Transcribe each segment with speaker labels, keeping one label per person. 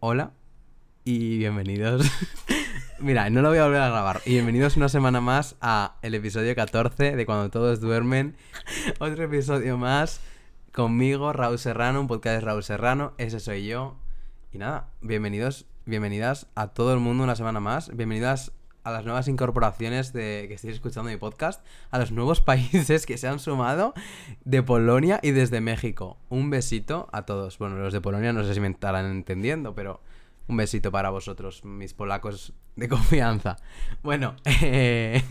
Speaker 1: Hola y bienvenidos. Mira, no lo voy a volver a grabar. Y bienvenidos una semana más a el episodio 14 de Cuando Todos Duermen. Otro episodio más conmigo, Raúl Serrano, un podcast de Raúl Serrano. Ese soy yo. Y nada, bienvenidos, bienvenidas a todo el mundo una semana más. Bienvenidas a las nuevas incorporaciones de que estéis escuchando mi podcast, a los nuevos países que se han sumado de Polonia y desde México. Un besito a todos. Bueno, los de Polonia no sé si me estarán entendiendo, pero un besito para vosotros, mis polacos de confianza. Bueno, eh,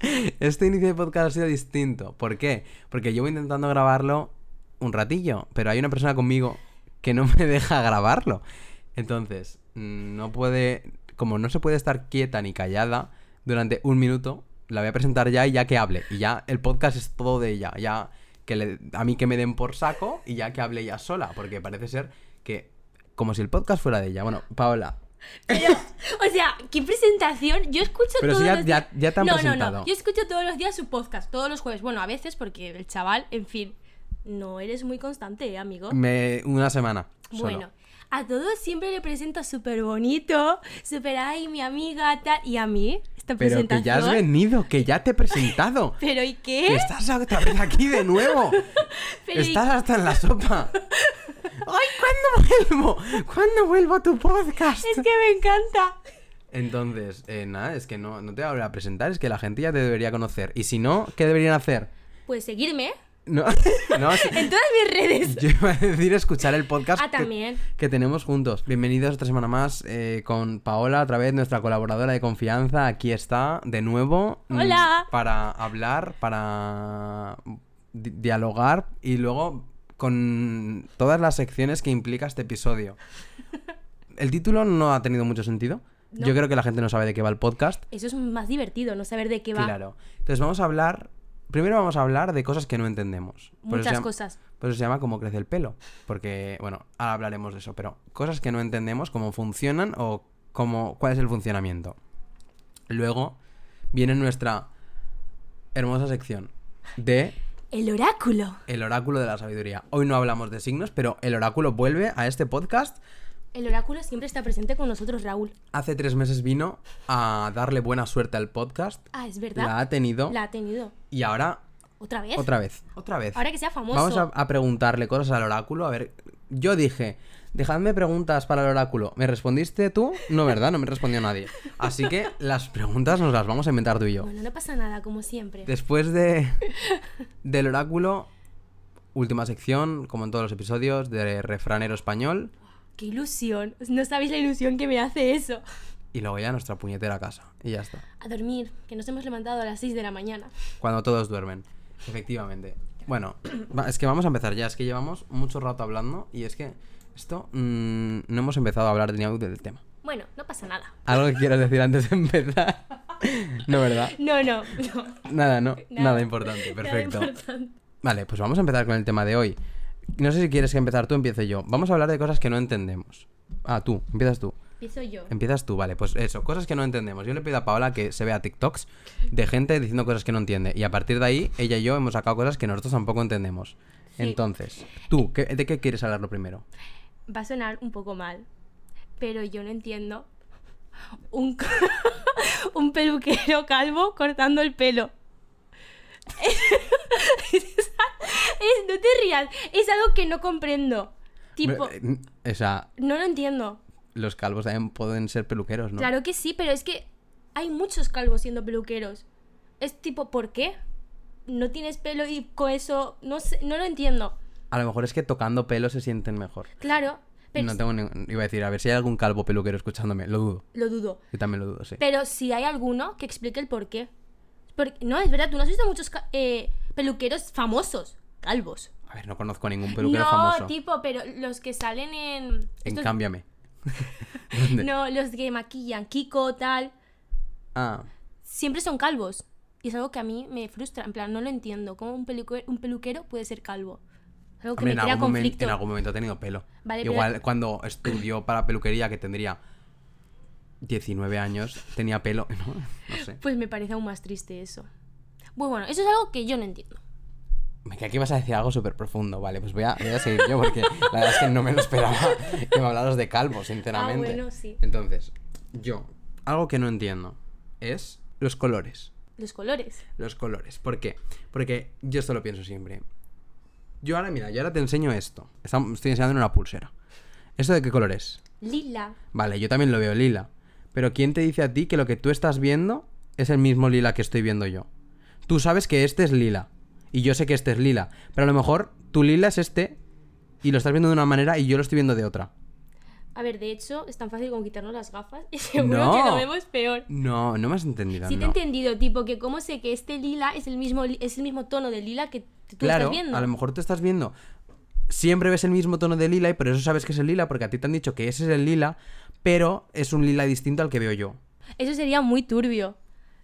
Speaker 1: este inicio de podcast ha sido distinto. ¿Por qué? Porque llevo intentando grabarlo un ratillo, pero hay una persona conmigo que no me deja grabarlo. Entonces, mm, no puede, como no se puede estar quieta ni callada durante un minuto, la voy a presentar ya y ya que hable. Y ya el podcast es todo de ella. Ya que le- a mí que me den por saco y ya que hable ella sola, porque parece ser que como si el podcast fuera de ella. Bueno, Paola,
Speaker 2: Pero, o sea, qué presentación. Yo escucho
Speaker 1: Pero si
Speaker 2: todos
Speaker 1: ya-
Speaker 2: los
Speaker 1: ya-
Speaker 2: días.
Speaker 1: ya te han
Speaker 2: no, No,
Speaker 1: presentado.
Speaker 2: no, Yo escucho todos los días su podcast, todos los jueves. Bueno, a veces porque el chaval, en fin, no eres muy constante, ¿eh, amigo.
Speaker 1: me, una semana. Mm, solo.
Speaker 2: Bueno, a todos siempre le presento súper bonito, súper ay, mi amiga, tal. Y a mí, esta
Speaker 1: Pero que
Speaker 2: presentación.
Speaker 1: ya has venido, que ya te he presentado.
Speaker 2: Pero ¿y qué?
Speaker 1: Que estás otra vez aquí de nuevo.
Speaker 2: Pero ¿y
Speaker 1: Estás hasta en la sopa. ¡Ay, ¿cuándo vuelvo? ¿Cuándo vuelvo a tu podcast?
Speaker 2: Es que me encanta.
Speaker 1: Entonces, eh, nada, es que no, no te voy a volver a presentar, es que la gente ya te debería conocer. Y si no, ¿qué deberían hacer?
Speaker 2: Pues seguirme
Speaker 1: No, no sí.
Speaker 2: en todas mis redes.
Speaker 1: yo iba a decir escuchar el podcast
Speaker 2: Ah,
Speaker 1: que-
Speaker 2: también.
Speaker 1: Que, tenemos juntos. Bienvenidos otra semana más eh, con Paola, otra vez nuestra colaboradora de confianza. Aquí está, de nuevo. mm,
Speaker 2: Hola.
Speaker 1: Para hablar, para di- dialogar y luego con todas las secciones que implica este episodio. El título no ha tenido mucho sentido.
Speaker 2: No.
Speaker 1: Yo creo que la gente no sabe de qué va el podcast.
Speaker 2: Eso es más divertido, no saber de qué va.
Speaker 1: Claro. Entonces vamos a hablar. Primero vamos a hablar de cosas que no entendemos. Por eso se
Speaker 2: Muchas
Speaker 1: llama-
Speaker 2: cosas.
Speaker 1: Por eso se llama cómo crece el pelo. Porque, bueno, ahora hablaremos de eso, pero cosas que no entendemos, cómo funcionan o cómo, cuál es el funcionamiento. Luego viene nuestra hermosa sección de
Speaker 2: El oráculo.
Speaker 1: el oráculo de la sabiduría. Hoy no hablamos de signos, pero el oráculo vuelve a este podcast.
Speaker 2: El oráculo siempre está presente con nosotros, Raúl.
Speaker 1: Hace tres meses vino a darle buena suerte al podcast.
Speaker 2: Ah, es verdad.
Speaker 1: La ha tenido.
Speaker 2: La ha tenido.
Speaker 1: Y ahora
Speaker 2: ¿Otra vez?
Speaker 1: Otra vez. Otra vez.
Speaker 2: Ahora que sea famoso.
Speaker 1: Vamos a, a preguntarle cosas al oráculo. A ver, yo dije, dejadme preguntas para el oráculo. ¿Me respondiste tú? No, ¿verdad? No me respondió nadie. Así que las preguntas nos las vamos a inventar tú y yo.
Speaker 2: Bueno, no pasa nada, como siempre.
Speaker 1: Después de del oráculo, última sección, como en todos los episodios, de refranero español.
Speaker 2: ¡Qué ilusión! No sabéis la ilusión que me hace eso.
Speaker 1: Y luego ya nuestra puñetera casa. Y ya está.
Speaker 2: A dormir, que nos hemos levantado a las 6 de la mañana.
Speaker 1: Cuando todos duermen. Efectivamente. Bueno, va- es que vamos a empezar ya. Es que llevamos mucho rato hablando y es que esto mm, no hemos empezado a hablar ni aún del tema.
Speaker 2: Bueno, no pasa nada.
Speaker 1: ¿Algo que quieras decir antes de empezar? No, ¿verdad?
Speaker 2: No, no, no.
Speaker 1: Nada, no. Nada,
Speaker 2: Nada.
Speaker 1: importante.
Speaker 2: Nada
Speaker 1: Perfecto.
Speaker 2: importante.
Speaker 1: Vale, pues vamos a empezar con el tema de hoy. No sé si quieres que empezar tú o empiece yo. Vamos a hablar de cosas que no entendemos. Ah, tú. Empiezas tú.
Speaker 2: Empiezo yo.
Speaker 1: Empiezas tú, vale, pues eso, cosas que no entendemos. Yo le pido a Paola que se vea TikToks de gente diciendo cosas que no entiende. Y a partir de ahí, ella y yo hemos sacado cosas que nosotros tampoco entendemos.
Speaker 2: Sí.
Speaker 1: Entonces, tú, ¿qué- ¿de qué quieres hablarlo primero?
Speaker 2: Va a sonar un poco mal, pero yo no entiendo un, co- un peluquero calvo cortando el pelo. Es- no te rías, es algo que no comprendo. Tipo,
Speaker 1: Pero, eh, n- O sea,
Speaker 2: no lo entiendo.
Speaker 1: los calvos también pueden ser peluqueros, ¿no?
Speaker 2: Claro que sí, pero es que hay muchos calvos siendo peluqueros. Es tipo, ¿por qué? No tienes pelo y con eso no sé, no lo entiendo.
Speaker 1: A lo mejor es que tocando pelo se sienten mejor.
Speaker 2: Claro, pero
Speaker 1: No tengo ni- Iba a decir, a ver si hay algún calvo peluquero escuchándome. Lo dudo.
Speaker 2: lo dudo.
Speaker 1: Yo también lo dudo, sí.
Speaker 2: Pero si hay alguno que explique el por qué. Porque- no, es verdad, tú no has visto muchos ca- eh, peluqueros famosos, calvos.
Speaker 1: A ver, no conozco a ningún peluquero
Speaker 2: no,
Speaker 1: famoso.
Speaker 2: tipo, pero los que salen en...
Speaker 1: En
Speaker 2: estos-
Speaker 1: Cámbiame.
Speaker 2: no, los que maquillan, Kiko, tal,
Speaker 1: Ah,
Speaker 2: siempre son calvos. Y es algo que a mí me frustra, en plan, no lo entiendo. ¿Cómo un peluquero, un peluquero puede ser calvo? Algo que
Speaker 1: Hombre,
Speaker 2: me
Speaker 1: en,
Speaker 2: crea
Speaker 1: algún momen-
Speaker 2: conflicto.
Speaker 1: en algún momento ha tenido pelo.
Speaker 2: Vale, pero-
Speaker 1: Igual cuando estudió para peluquería, que tendría 19 años, tenía pelo, ¿no? No sé.
Speaker 2: Pues me parece aún más triste eso. Bueno, bueno, eso es algo que yo no entiendo.
Speaker 1: Me creía que ibas a decir algo súper profundo. Vale, pues voy a, voy a seguir yo porque la verdad es que no me lo esperaba que me hablaras de calvo, sinceramente.
Speaker 2: Ah, bueno, sí.
Speaker 1: Entonces, yo, algo que no entiendo es los colores.
Speaker 2: Los colores.
Speaker 1: Los colores. ¿Por qué? Porque yo esto lo pienso siempre. Yo ahora, mira, yo ahora te enseño esto. Estam- Estoy enseñando una pulsera. ¿Esto de qué color es?
Speaker 2: Lila.
Speaker 1: Vale, yo también lo veo lila. Pero ¿quién te dice a ti que lo que tú estás viendo es el mismo lila que estoy viendo yo? Tú sabes que este es lila. Y yo sé que este es lila. Pero a lo mejor tu lila es este y lo estás viendo de una manera y yo lo estoy viendo de otra.
Speaker 2: A ver, de hecho, es tan fácil como quitarnos las gafas y seguro
Speaker 1: No.
Speaker 2: que lo vemos peor.
Speaker 1: No, no me has entendido.
Speaker 2: Sí te he
Speaker 1: no.
Speaker 2: entendido, tipo, que cómo sé que este lila es el mismo, li- es el mismo tono de lila que tú
Speaker 1: Claro,
Speaker 2: estás viendo.
Speaker 1: a lo mejor tú estás viendo. Siempre ves el mismo tono de lila y por eso sabes que es el lila, porque a ti te han dicho que ese es el lila, pero es un lila distinto al que veo yo.
Speaker 2: Eso sería muy turbio.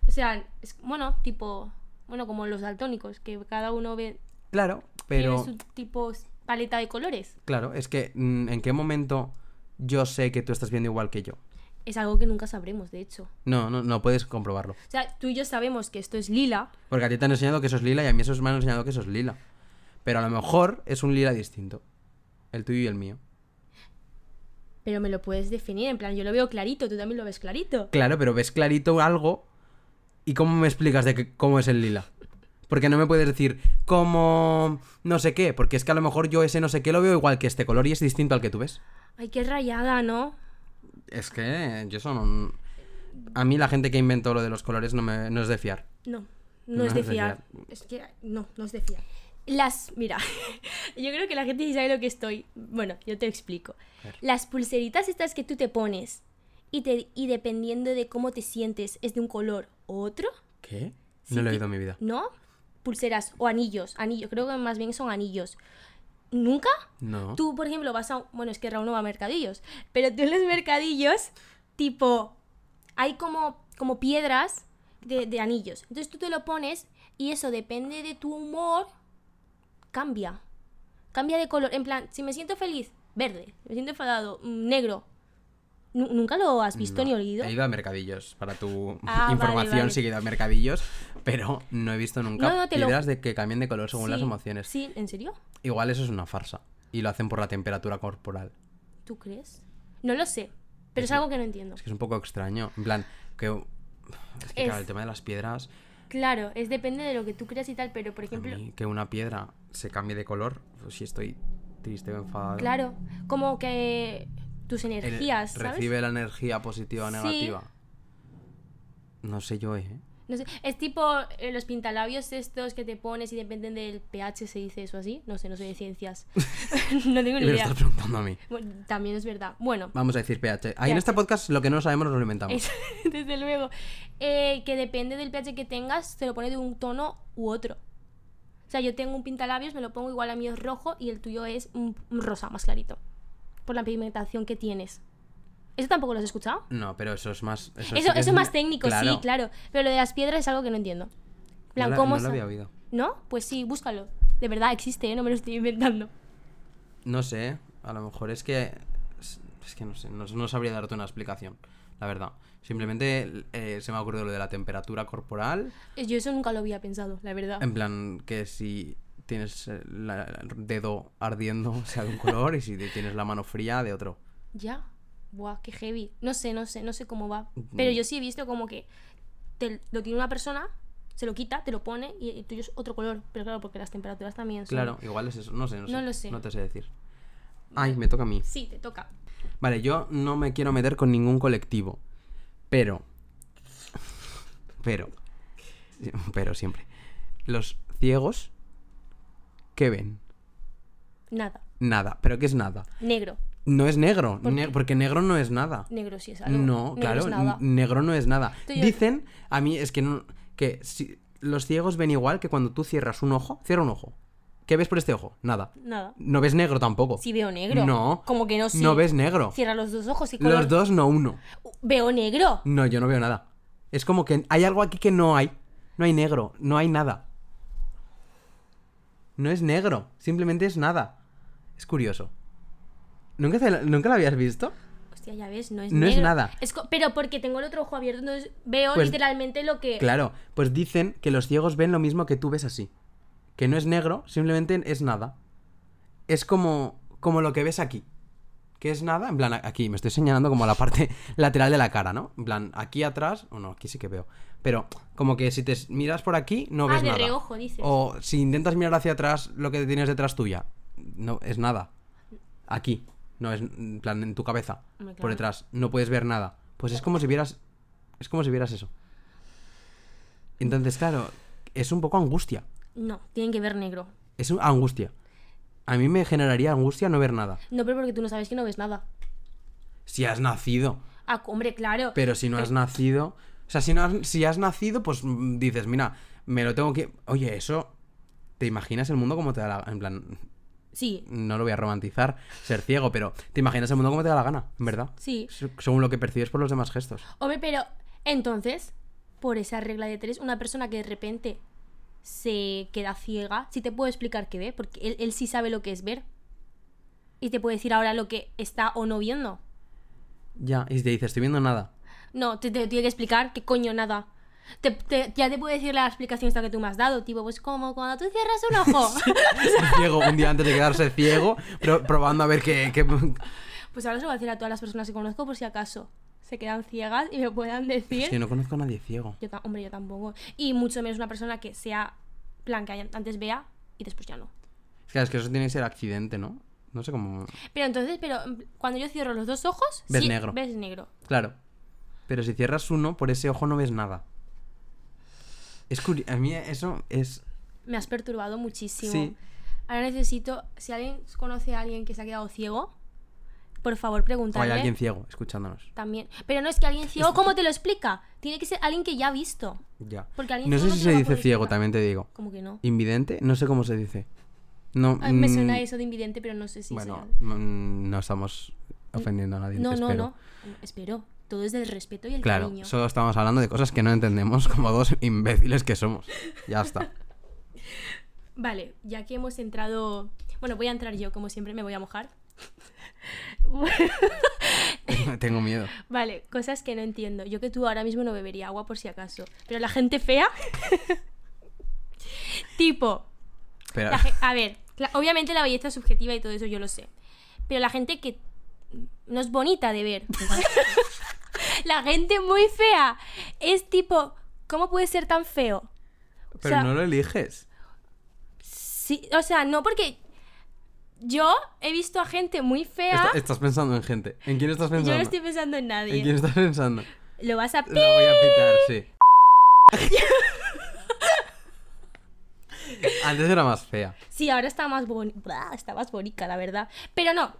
Speaker 2: O sea, es- bueno, tipo, bueno, como los daltónicos, que cada uno ve
Speaker 1: Claro,
Speaker 2: tiene
Speaker 1: pero.
Speaker 2: su tipo s- paleta de colores.
Speaker 1: Claro, es que mm, en qué momento yo sé que tú estás viendo igual que yo.
Speaker 2: Es algo que nunca sabremos, de hecho.
Speaker 1: No, no, no puedes comprobarlo.
Speaker 2: O sea, tú y yo sabemos que esto es lila.
Speaker 1: Porque a ti te han enseñado que eso es lila y a mí esos me han enseñado que eso es lila. Pero a lo mejor es un lila distinto. El tuyo y el mío.
Speaker 2: Pero me lo puedes definir, en plan, yo lo veo clarito, tú también lo ves clarito.
Speaker 1: Claro, pero ves clarito algo. ¿Y cómo me explicas de que- cómo es el lila? Porque no me puedes decir cómo no sé qué, porque es que a lo mejor yo ese no sé qué lo veo igual que este color y es distinto al que tú ves.
Speaker 2: Ay, qué rayada, ¿no?
Speaker 1: Es que yo eso no... A mí la gente que inventó lo de los colores no, me, no es de fiar.
Speaker 2: No, no,
Speaker 1: No
Speaker 2: es de
Speaker 1: es de
Speaker 2: fiar. Es que no, no es de fiar. Las, mira, yo creo que la gente sí sabe lo que estoy. Bueno, yo te explico. Las pulseritas estas que tú te pones y, te, y dependiendo de cómo te sientes es de un color u otro,
Speaker 1: ¿Qué?
Speaker 2: Sí,
Speaker 1: No lo he
Speaker 2: ti-
Speaker 1: oído en mi vida.
Speaker 2: ¿no? Pulseras o anillos, anillos, creo que más bien son anillos. ¿Nunca?
Speaker 1: No.
Speaker 2: Tú, por ejemplo, vas a... Bueno, es que Raúl no va a mercadillos, pero tú en los mercadillos, tipo, hay como, como piedras de, de anillos. Entonces tú te lo pones y eso depende de tu humor, cambia. Cambia de color. En plan, si me siento feliz, verde. Si me siento enfadado, mm, negro. Nu- ¿Nunca lo has visto
Speaker 1: No,
Speaker 2: ni oído?
Speaker 1: He ido a mercadillos, para tu
Speaker 2: Ah, vale,
Speaker 1: información,
Speaker 2: vale.
Speaker 1: sí que he ido a mercadillos, pero no he visto nunca
Speaker 2: No, no, te lo-
Speaker 1: piedras de que cambien de color según las
Speaker 2: Sí,
Speaker 1: emociones.
Speaker 2: Sí, ¿en serio?
Speaker 1: Igual eso es una farsa. Y lo hacen por la temperatura corporal.
Speaker 2: ¿Tú crees? No lo sé, pero es algo que no entiendo.
Speaker 1: Es que es un poco extraño. En plan, que. Es que
Speaker 2: Es-
Speaker 1: claro, el tema de las piedras.
Speaker 2: Claro, es depende de lo que tú creas y tal, pero por
Speaker 1: A
Speaker 2: ejemplo...
Speaker 1: mí, que una piedra se cambie de color, pues, si estoy triste o enfadado.
Speaker 2: Claro, como que tus
Speaker 1: el-
Speaker 2: energías, ¿sabes?
Speaker 1: Recibe la energía positiva o
Speaker 2: Sí.
Speaker 1: negativa. No sé yo, ¿eh?
Speaker 2: No sé, es tipo eh, los pintalabios estos que te pones y dependen del pH, se dice eso así. No sé, no soy de ciencias. no tengo
Speaker 1: Y me
Speaker 2: ni
Speaker 1: lo
Speaker 2: idea.
Speaker 1: estás preguntando a mí.
Speaker 2: Bueno, también es verdad. Bueno,
Speaker 1: Vamos a decir pH. Ahí en
Speaker 2: Ya.
Speaker 1: este podcast lo que no sabemos nos lo inventamos.
Speaker 2: es- desde luego. Eh, que depende del pH que tengas, te lo pone de un tono u otro. O sea, yo tengo un pintalabios, me lo pongo igual a mío es rojo y el tuyo es un, un rosa más clarito. Por la pigmentación que tienes. ¿Eso tampoco lo has escuchado?
Speaker 1: No, pero eso es más. Eso, sí
Speaker 2: Eso,
Speaker 1: que
Speaker 2: eso
Speaker 1: es-
Speaker 2: es más técnico, sí, claro. Pero lo de las piedras es algo que no entiendo. En plan,
Speaker 1: no la-
Speaker 2: ¿cómo
Speaker 1: no lo
Speaker 2: sa-
Speaker 1: había oído.
Speaker 2: ¿No? Pues sí, búscalo. De verdad existe, ¿eh? no me lo estoy inventando.
Speaker 1: No sé, a lo mejor es que. Es es que no sé, no, no sabría darte una explicación, la verdad. Simplemente eh, se me ha ocurrido lo de la temperatura corporal.
Speaker 2: Eh, Yo eso nunca lo había pensado, la verdad.
Speaker 1: En plan, que si tienes eh, la- el dedo ardiendo, sea de un color, y si te- tienes la mano fría, de otro.
Speaker 2: Ya. Buah, qué heavy. No sé, no sé, no sé cómo va. Pero yo sí he visto como que te lo tiene una persona, se lo quita, te lo pone y el tuyo es otro color. Pero claro, porque las temperaturas también son.
Speaker 1: Claro, igual es eso. No sé, no sé.
Speaker 2: No lo sé.
Speaker 1: No te sé decir. Ay, me toca a mí.
Speaker 2: Sí, te toca.
Speaker 1: Vale, yo no me quiero meter con ningún colectivo. Pero. Pero. sí, Pero siempre. Los ciegos. ¿Qué ven?
Speaker 2: Nada.
Speaker 1: Nada. ¿Pero qué es nada?
Speaker 2: Negro.
Speaker 1: No es negro. ne- porque negro no es nada.
Speaker 2: Negro sí es algo.
Speaker 1: No,
Speaker 2: Negro
Speaker 1: claro,
Speaker 2: es nada.
Speaker 1: n- negro no es nada.
Speaker 2: Estoy yo-
Speaker 1: Dicen, a mí es que no. Que si, los ciegos ven igual que cuando tú cierras un ojo. Cierra un ojo. ¿Qué ves por este ojo? Nada.
Speaker 2: Nada.
Speaker 1: No ves negro tampoco.
Speaker 2: Sí veo negro.
Speaker 1: No.
Speaker 2: Como que no sí.
Speaker 1: No ves negro.
Speaker 2: Cierra los dos ojos y color.
Speaker 1: Los dos, no uno.
Speaker 2: Uh, Veo negro.
Speaker 1: No, yo no veo nada. Es como que hay algo aquí que no hay. No hay negro, no hay nada. No es negro, simplemente es nada. Es curioso. ¿Nunca, te- ¿nunca lo habías visto?
Speaker 2: Hostia, ya ves, no es
Speaker 1: No es
Speaker 2: negro.
Speaker 1: nada.
Speaker 2: Es co- pero porque tengo el otro ojo abierto, entonces veo
Speaker 1: Pues-
Speaker 2: literalmente lo que.
Speaker 1: Claro, pues dicen que los ciegos ven lo mismo que tú ves así. que no es negro, simplemente es nada. Es como, como lo que ves aquí. Que es nada, en plan, aquí, me estoy señalando como la parte lateral de la cara, ¿no? En plan, aquí atrás, o no, aquí sí que veo. Pero como que si te s- miras por aquí, no
Speaker 2: ah,
Speaker 1: ves
Speaker 2: de
Speaker 1: nada.
Speaker 2: reojo, dices.
Speaker 1: O si intentas mirar hacia atrás, lo que tienes detrás tuya, no es nada. Aquí, no es en plan en tu cabeza,
Speaker 2: Hombre,
Speaker 1: por
Speaker 2: claro.
Speaker 1: detrás, no puedes ver nada. Pues es como si vieras es como si vieras eso. Entonces, claro, es un poco angustia.
Speaker 2: No, tienen que ver negro.
Speaker 1: Es un- angustia. A mí me generaría angustia no ver nada.
Speaker 2: No, pero porque tú no sabes que no ves nada.
Speaker 1: Si has nacido,
Speaker 2: Ah, hombre, claro.
Speaker 1: pero si no has nacido, o sea, si no has, si has nacido, pues mm, dices, mira, me lo tengo que Oye, eso ¿Te imaginas el mundo como te da la... en plan
Speaker 2: Sí,
Speaker 1: no lo voy a romantizar, ser ciego, pero te imaginas el mundo como te da la gana, en verdad.
Speaker 2: sí.
Speaker 1: Se- Según lo que percibes por los demás gestos.
Speaker 2: Hombre, pero entonces, por esa regla de tres, una persona que de repente se queda ciega, sí te puedo explicar qué ve, porque él, él sí sabe lo que es ver. Y te puede decir ahora lo que está o no viendo.
Speaker 1: Ya, y te dice, estoy viendo nada.
Speaker 2: No, te, te tiene que explicar qué coño nada. Te- te- ya te puedo decir la explicación esta que tú me has dado, tipo, pues como cuando tú cierras un ojo.
Speaker 1: Ciego, un día antes de quedarse ciego, pero probando a ver qué... qué-
Speaker 2: Pues ahora se lo voy a decir a todas las personas que conozco por si acaso se quedan ciegas y me puedan decir.
Speaker 1: Es que no conozco a nadie ciego.
Speaker 2: Yo ta- hombre, yo tampoco. Y mucho menos una persona que sea plan que haya- antes vea y después ya no.
Speaker 1: Es que, es que eso tiene que ser accidente, ¿no? No sé cómo...
Speaker 2: Pero entonces, pero mm, cuando yo cierro los dos ojos,
Speaker 1: Ves negro.
Speaker 2: ves negro.
Speaker 1: Claro. Pero si cierras uno, por ese ojo no ves nada. Es curioso. A mí eso es...
Speaker 2: Me has perturbado muchísimo.
Speaker 1: Sí.
Speaker 2: Ahora necesito, si alguien conoce a alguien que se ha quedado ciego, por favor
Speaker 1: O hay
Speaker 2: preguntarle.
Speaker 1: alguien ciego escuchándonos.
Speaker 2: También. Pero no es que alguien ciego, ¿cómo te lo explica? Tiene que ser alguien que ya ha visto.
Speaker 1: Ya.
Speaker 2: Porque alguien
Speaker 1: No sé
Speaker 2: ciego
Speaker 1: si
Speaker 2: no
Speaker 1: se
Speaker 2: va a
Speaker 1: dice
Speaker 2: poder
Speaker 1: ciego,
Speaker 2: explicar.
Speaker 1: también te digo.
Speaker 2: Como que no.
Speaker 1: Invidente, no sé cómo se dice. No,
Speaker 2: Ay, me
Speaker 1: mm,
Speaker 2: suena eso de invidente, pero no sé si
Speaker 1: Bueno,
Speaker 2: sea-
Speaker 1: mm, no estamos ofendiendo a nadie.
Speaker 2: No, no,
Speaker 1: espero.
Speaker 2: no. Espero. Todo es del respeto y el
Speaker 1: Claro,
Speaker 2: cariño.
Speaker 1: solo estamos hablando de cosas que no entendemos como dos imbéciles que somos. Ya está.
Speaker 2: Vale, ya que hemos entrado. Bueno, voy a entrar yo, como siempre, me voy a mojar.
Speaker 1: Tengo miedo.
Speaker 2: vale, cosas que no entiendo. Yo que tú ahora mismo no bebería agua por si acaso. Pero la gente fea. tipo,
Speaker 1: Pero,
Speaker 2: la ge- a ver, cla- obviamente la belleza es subjetiva y todo eso yo lo sé. Pero la gente que no es bonita de ver. la gente muy fea. Es tipo, ¿cómo puede ser tan feo?
Speaker 1: pero
Speaker 2: sea-
Speaker 1: no lo eliges.
Speaker 2: Sí, o sea, no porque yo he visto a gente muy fea.
Speaker 1: Está- estás pensando en gente. ¿En quién estás
Speaker 2: Yo
Speaker 1: pensando?
Speaker 2: no estoy pensando en nadie.
Speaker 1: ¿En quién estás pensando?
Speaker 2: Lo vas a
Speaker 1: Lo voy a pitar, sí. Antes era más fea.
Speaker 2: Sí, ahora está más bonita. Está más bonita, la verdad. Pero no.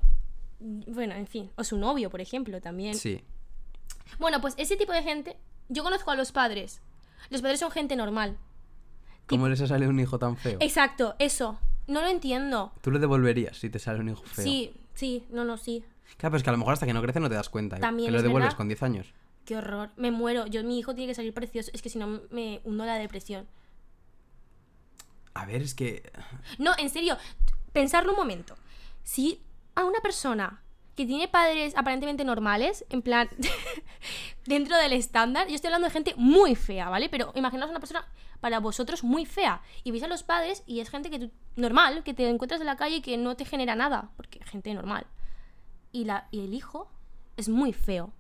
Speaker 2: Bueno, en fin. O su novio, por ejemplo, también.
Speaker 1: Sí.
Speaker 2: Bueno, pues ese tipo de gente. Yo conozco a los padres. Los padres son gente normal.
Speaker 1: ¿Cómo les ha salido un hijo tan feo?
Speaker 2: Exacto, eso. No lo entiendo.
Speaker 1: Tú le devolverías si te sale un hijo feo.
Speaker 2: Sí, sí, no, no, sí.
Speaker 1: Claro, pero es que a lo mejor hasta que no crece no te das cuenta.
Speaker 2: También
Speaker 1: que lo
Speaker 2: es
Speaker 1: devuelves
Speaker 2: verdad.
Speaker 1: con 10 años.
Speaker 2: Qué horror. Me muero. Yo, mi hijo tiene que salir precioso. Es que si no me hundo a la depresión.
Speaker 1: A ver, es que.
Speaker 2: No, en serio, t- pensarlo un momento. Si a una persona que tiene padres aparentemente normales, en plan, dentro del estándar, yo estoy hablando de gente muy fea, ¿vale? Pero imaginaos una persona para vosotros muy fea. Y veis a los padres y es gente que tú, normal, que te encuentras en la calle y que no te genera nada, porque gente normal. Y, la, y el hijo es muy feo.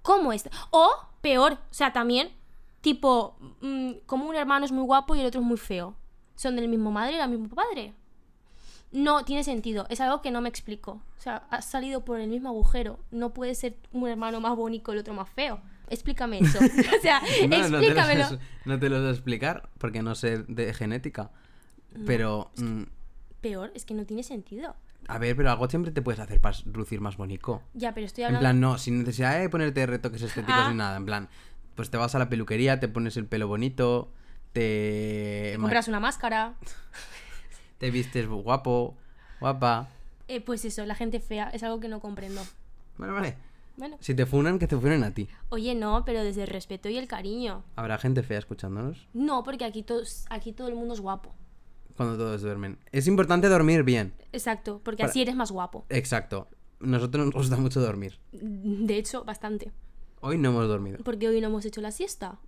Speaker 2: ¿Cómo es? O peor, o sea, también, tipo, mm, como un hermano es muy guapo y el otro es muy feo. Son del mismo madre y del mismo padre. No tiene sentido, es algo que no me explico. O sea, ha salido por el mismo agujero. No puede ser un hermano más bonito y el otro más feo. Explícame eso. o sea,
Speaker 1: te lo,
Speaker 2: explícamelo.
Speaker 1: sé- no te lo sé explicar porque no sé de genética. Pero. mm,
Speaker 2: Peor, es que no tiene sentido.
Speaker 1: a ver, pero algo siempre te puedes hacer para lucir más bonito.
Speaker 2: Ya, pero estoy
Speaker 1: En
Speaker 2: hablando.
Speaker 1: plan, no, sin necesidad de ponerte retoques estéticos
Speaker 2: Ah.
Speaker 1: ni nada. En plan, pues te vas a la peluquería, te pones el pelo bonito, te.
Speaker 2: Te
Speaker 1: ma-
Speaker 2: compras una máscara.
Speaker 1: Te vistes guapo, guapa.
Speaker 2: Eh, pues eso, la gente fea, es algo que no comprendo.
Speaker 1: Vale, vale.
Speaker 2: Bueno,
Speaker 1: Si te funan, que te funen a ti.
Speaker 2: oye, no, pero desde el respeto y el cariño.
Speaker 1: Habrá gente fea escuchándonos
Speaker 2: No, porque aquí, todos, aquí todo el mundo es guapo.
Speaker 1: cuando todos duermen. Es importante dormir bien.
Speaker 2: Exacto, porque
Speaker 1: Para-
Speaker 2: así eres más guapo.
Speaker 1: Exacto. Nosotros nos gusta mucho dormir.
Speaker 2: De hecho, bastante.
Speaker 1: Hoy no hemos dormido.
Speaker 2: Porque hoy no hemos hecho la siesta.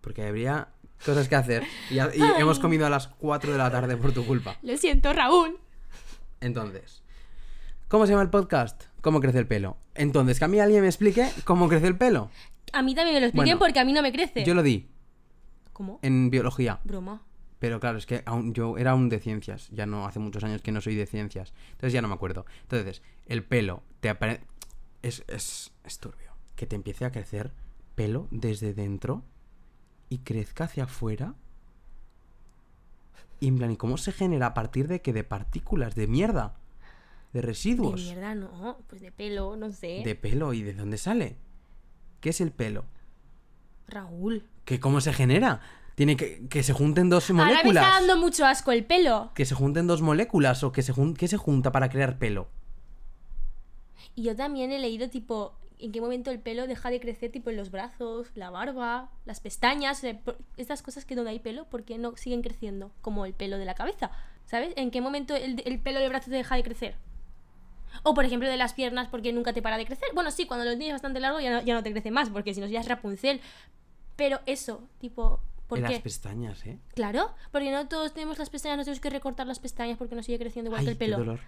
Speaker 1: Porque habría cosas que hacer. Y, ha- y hemos comido a las 4 de la tarde por tu culpa.
Speaker 2: Lo siento, Raúl.
Speaker 1: Entonces, ¿cómo se llama el podcast? ¿Cómo crece el pelo? Entonces, que a mí alguien me explique cómo crece el pelo.
Speaker 2: A mí también me lo
Speaker 1: Bueno,
Speaker 2: expliquen porque a mí no me crece.
Speaker 1: Yo lo di
Speaker 2: ¿Cómo?
Speaker 1: en biología.
Speaker 2: Broma.
Speaker 1: Pero claro, es que aún yo era un de ciencias. Ya no, hace muchos años que no soy de ciencias. Entonces ya no me acuerdo. Entonces, el pelo te apare- Es, es, es turbio. Que te empiece a crecer pelo desde dentro y crezca hacia afuera. Y en plan, ¿y cómo se genera a partir de que de partículas, de mierda, de
Speaker 2: De
Speaker 1: residuos, de,
Speaker 2: mierda, no. Pues de pelo, no sé.
Speaker 1: pelo y de dónde sale? ¿Qué es el pelo?
Speaker 2: Raúl.
Speaker 1: ¿Que ¿Cómo se genera? Tiene que, que se junten dos
Speaker 2: Ahora me
Speaker 1: moléculas.
Speaker 2: está dando mucho asco el pelo.
Speaker 1: que se junten dos moléculas o que se, jun- que se junta para crear pelo.
Speaker 2: Y yo también he leído, tipo, en qué momento el pelo deja de crecer, tipo, en los brazos, la barba, las pestañas, o sea, por- estas cosas que donde hay pelo, ¿por qué no siguen creciendo? Como el pelo de la cabeza, ¿sabes? ¿En qué momento el, el pelo del brazo te deja de crecer? O, por ejemplo, de las piernas, porque nunca te para de crecer. Bueno, sí, cuando lo tienes bastante largo ya no, ya no te crece más, porque si no ya es Rapunzel. Pero eso, tipo, ¿por
Speaker 1: en
Speaker 2: qué?
Speaker 1: las pestañas, ¿eh?
Speaker 2: Claro, porque no todos tenemos las pestañas, no tenemos que recortar las pestañas porque no sigue creciendo igual
Speaker 1: Ay,
Speaker 2: que el pelo.
Speaker 1: Qué dolor.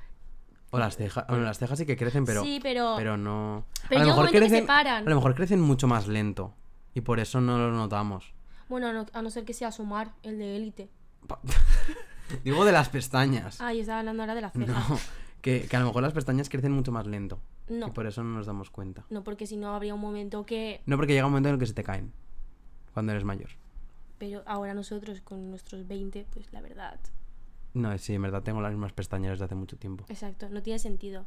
Speaker 1: O las cejas. Bueno, las cejas sí que crecen, pero.
Speaker 2: Sí, pero-
Speaker 1: Pero no.
Speaker 2: Pero llega un momento que se paran.
Speaker 1: A lo mejor crecen mucho más lento. Y por eso no lo notamos.
Speaker 2: Bueno, a no, a no ser que sea Sumar, el de élite.
Speaker 1: Pa- Digo de las pestañas.
Speaker 2: Ay, Ah, estaba hablando ahora de la ceja.
Speaker 1: no.
Speaker 2: No,
Speaker 1: Que, que a lo mejor las pestañas crecen mucho más lento.
Speaker 2: No.
Speaker 1: Y por eso no nos damos cuenta.
Speaker 2: porque si no habría un momento que...
Speaker 1: No porque llega un momento en el que se te caen. Cuando eres mayor.
Speaker 2: Pero ahora nosotros con nuestros 20, pues la verdad.
Speaker 1: No, sí, en verdad tengo las mismas pestañas desde hace mucho tiempo.
Speaker 2: Exacto, no tiene sentido.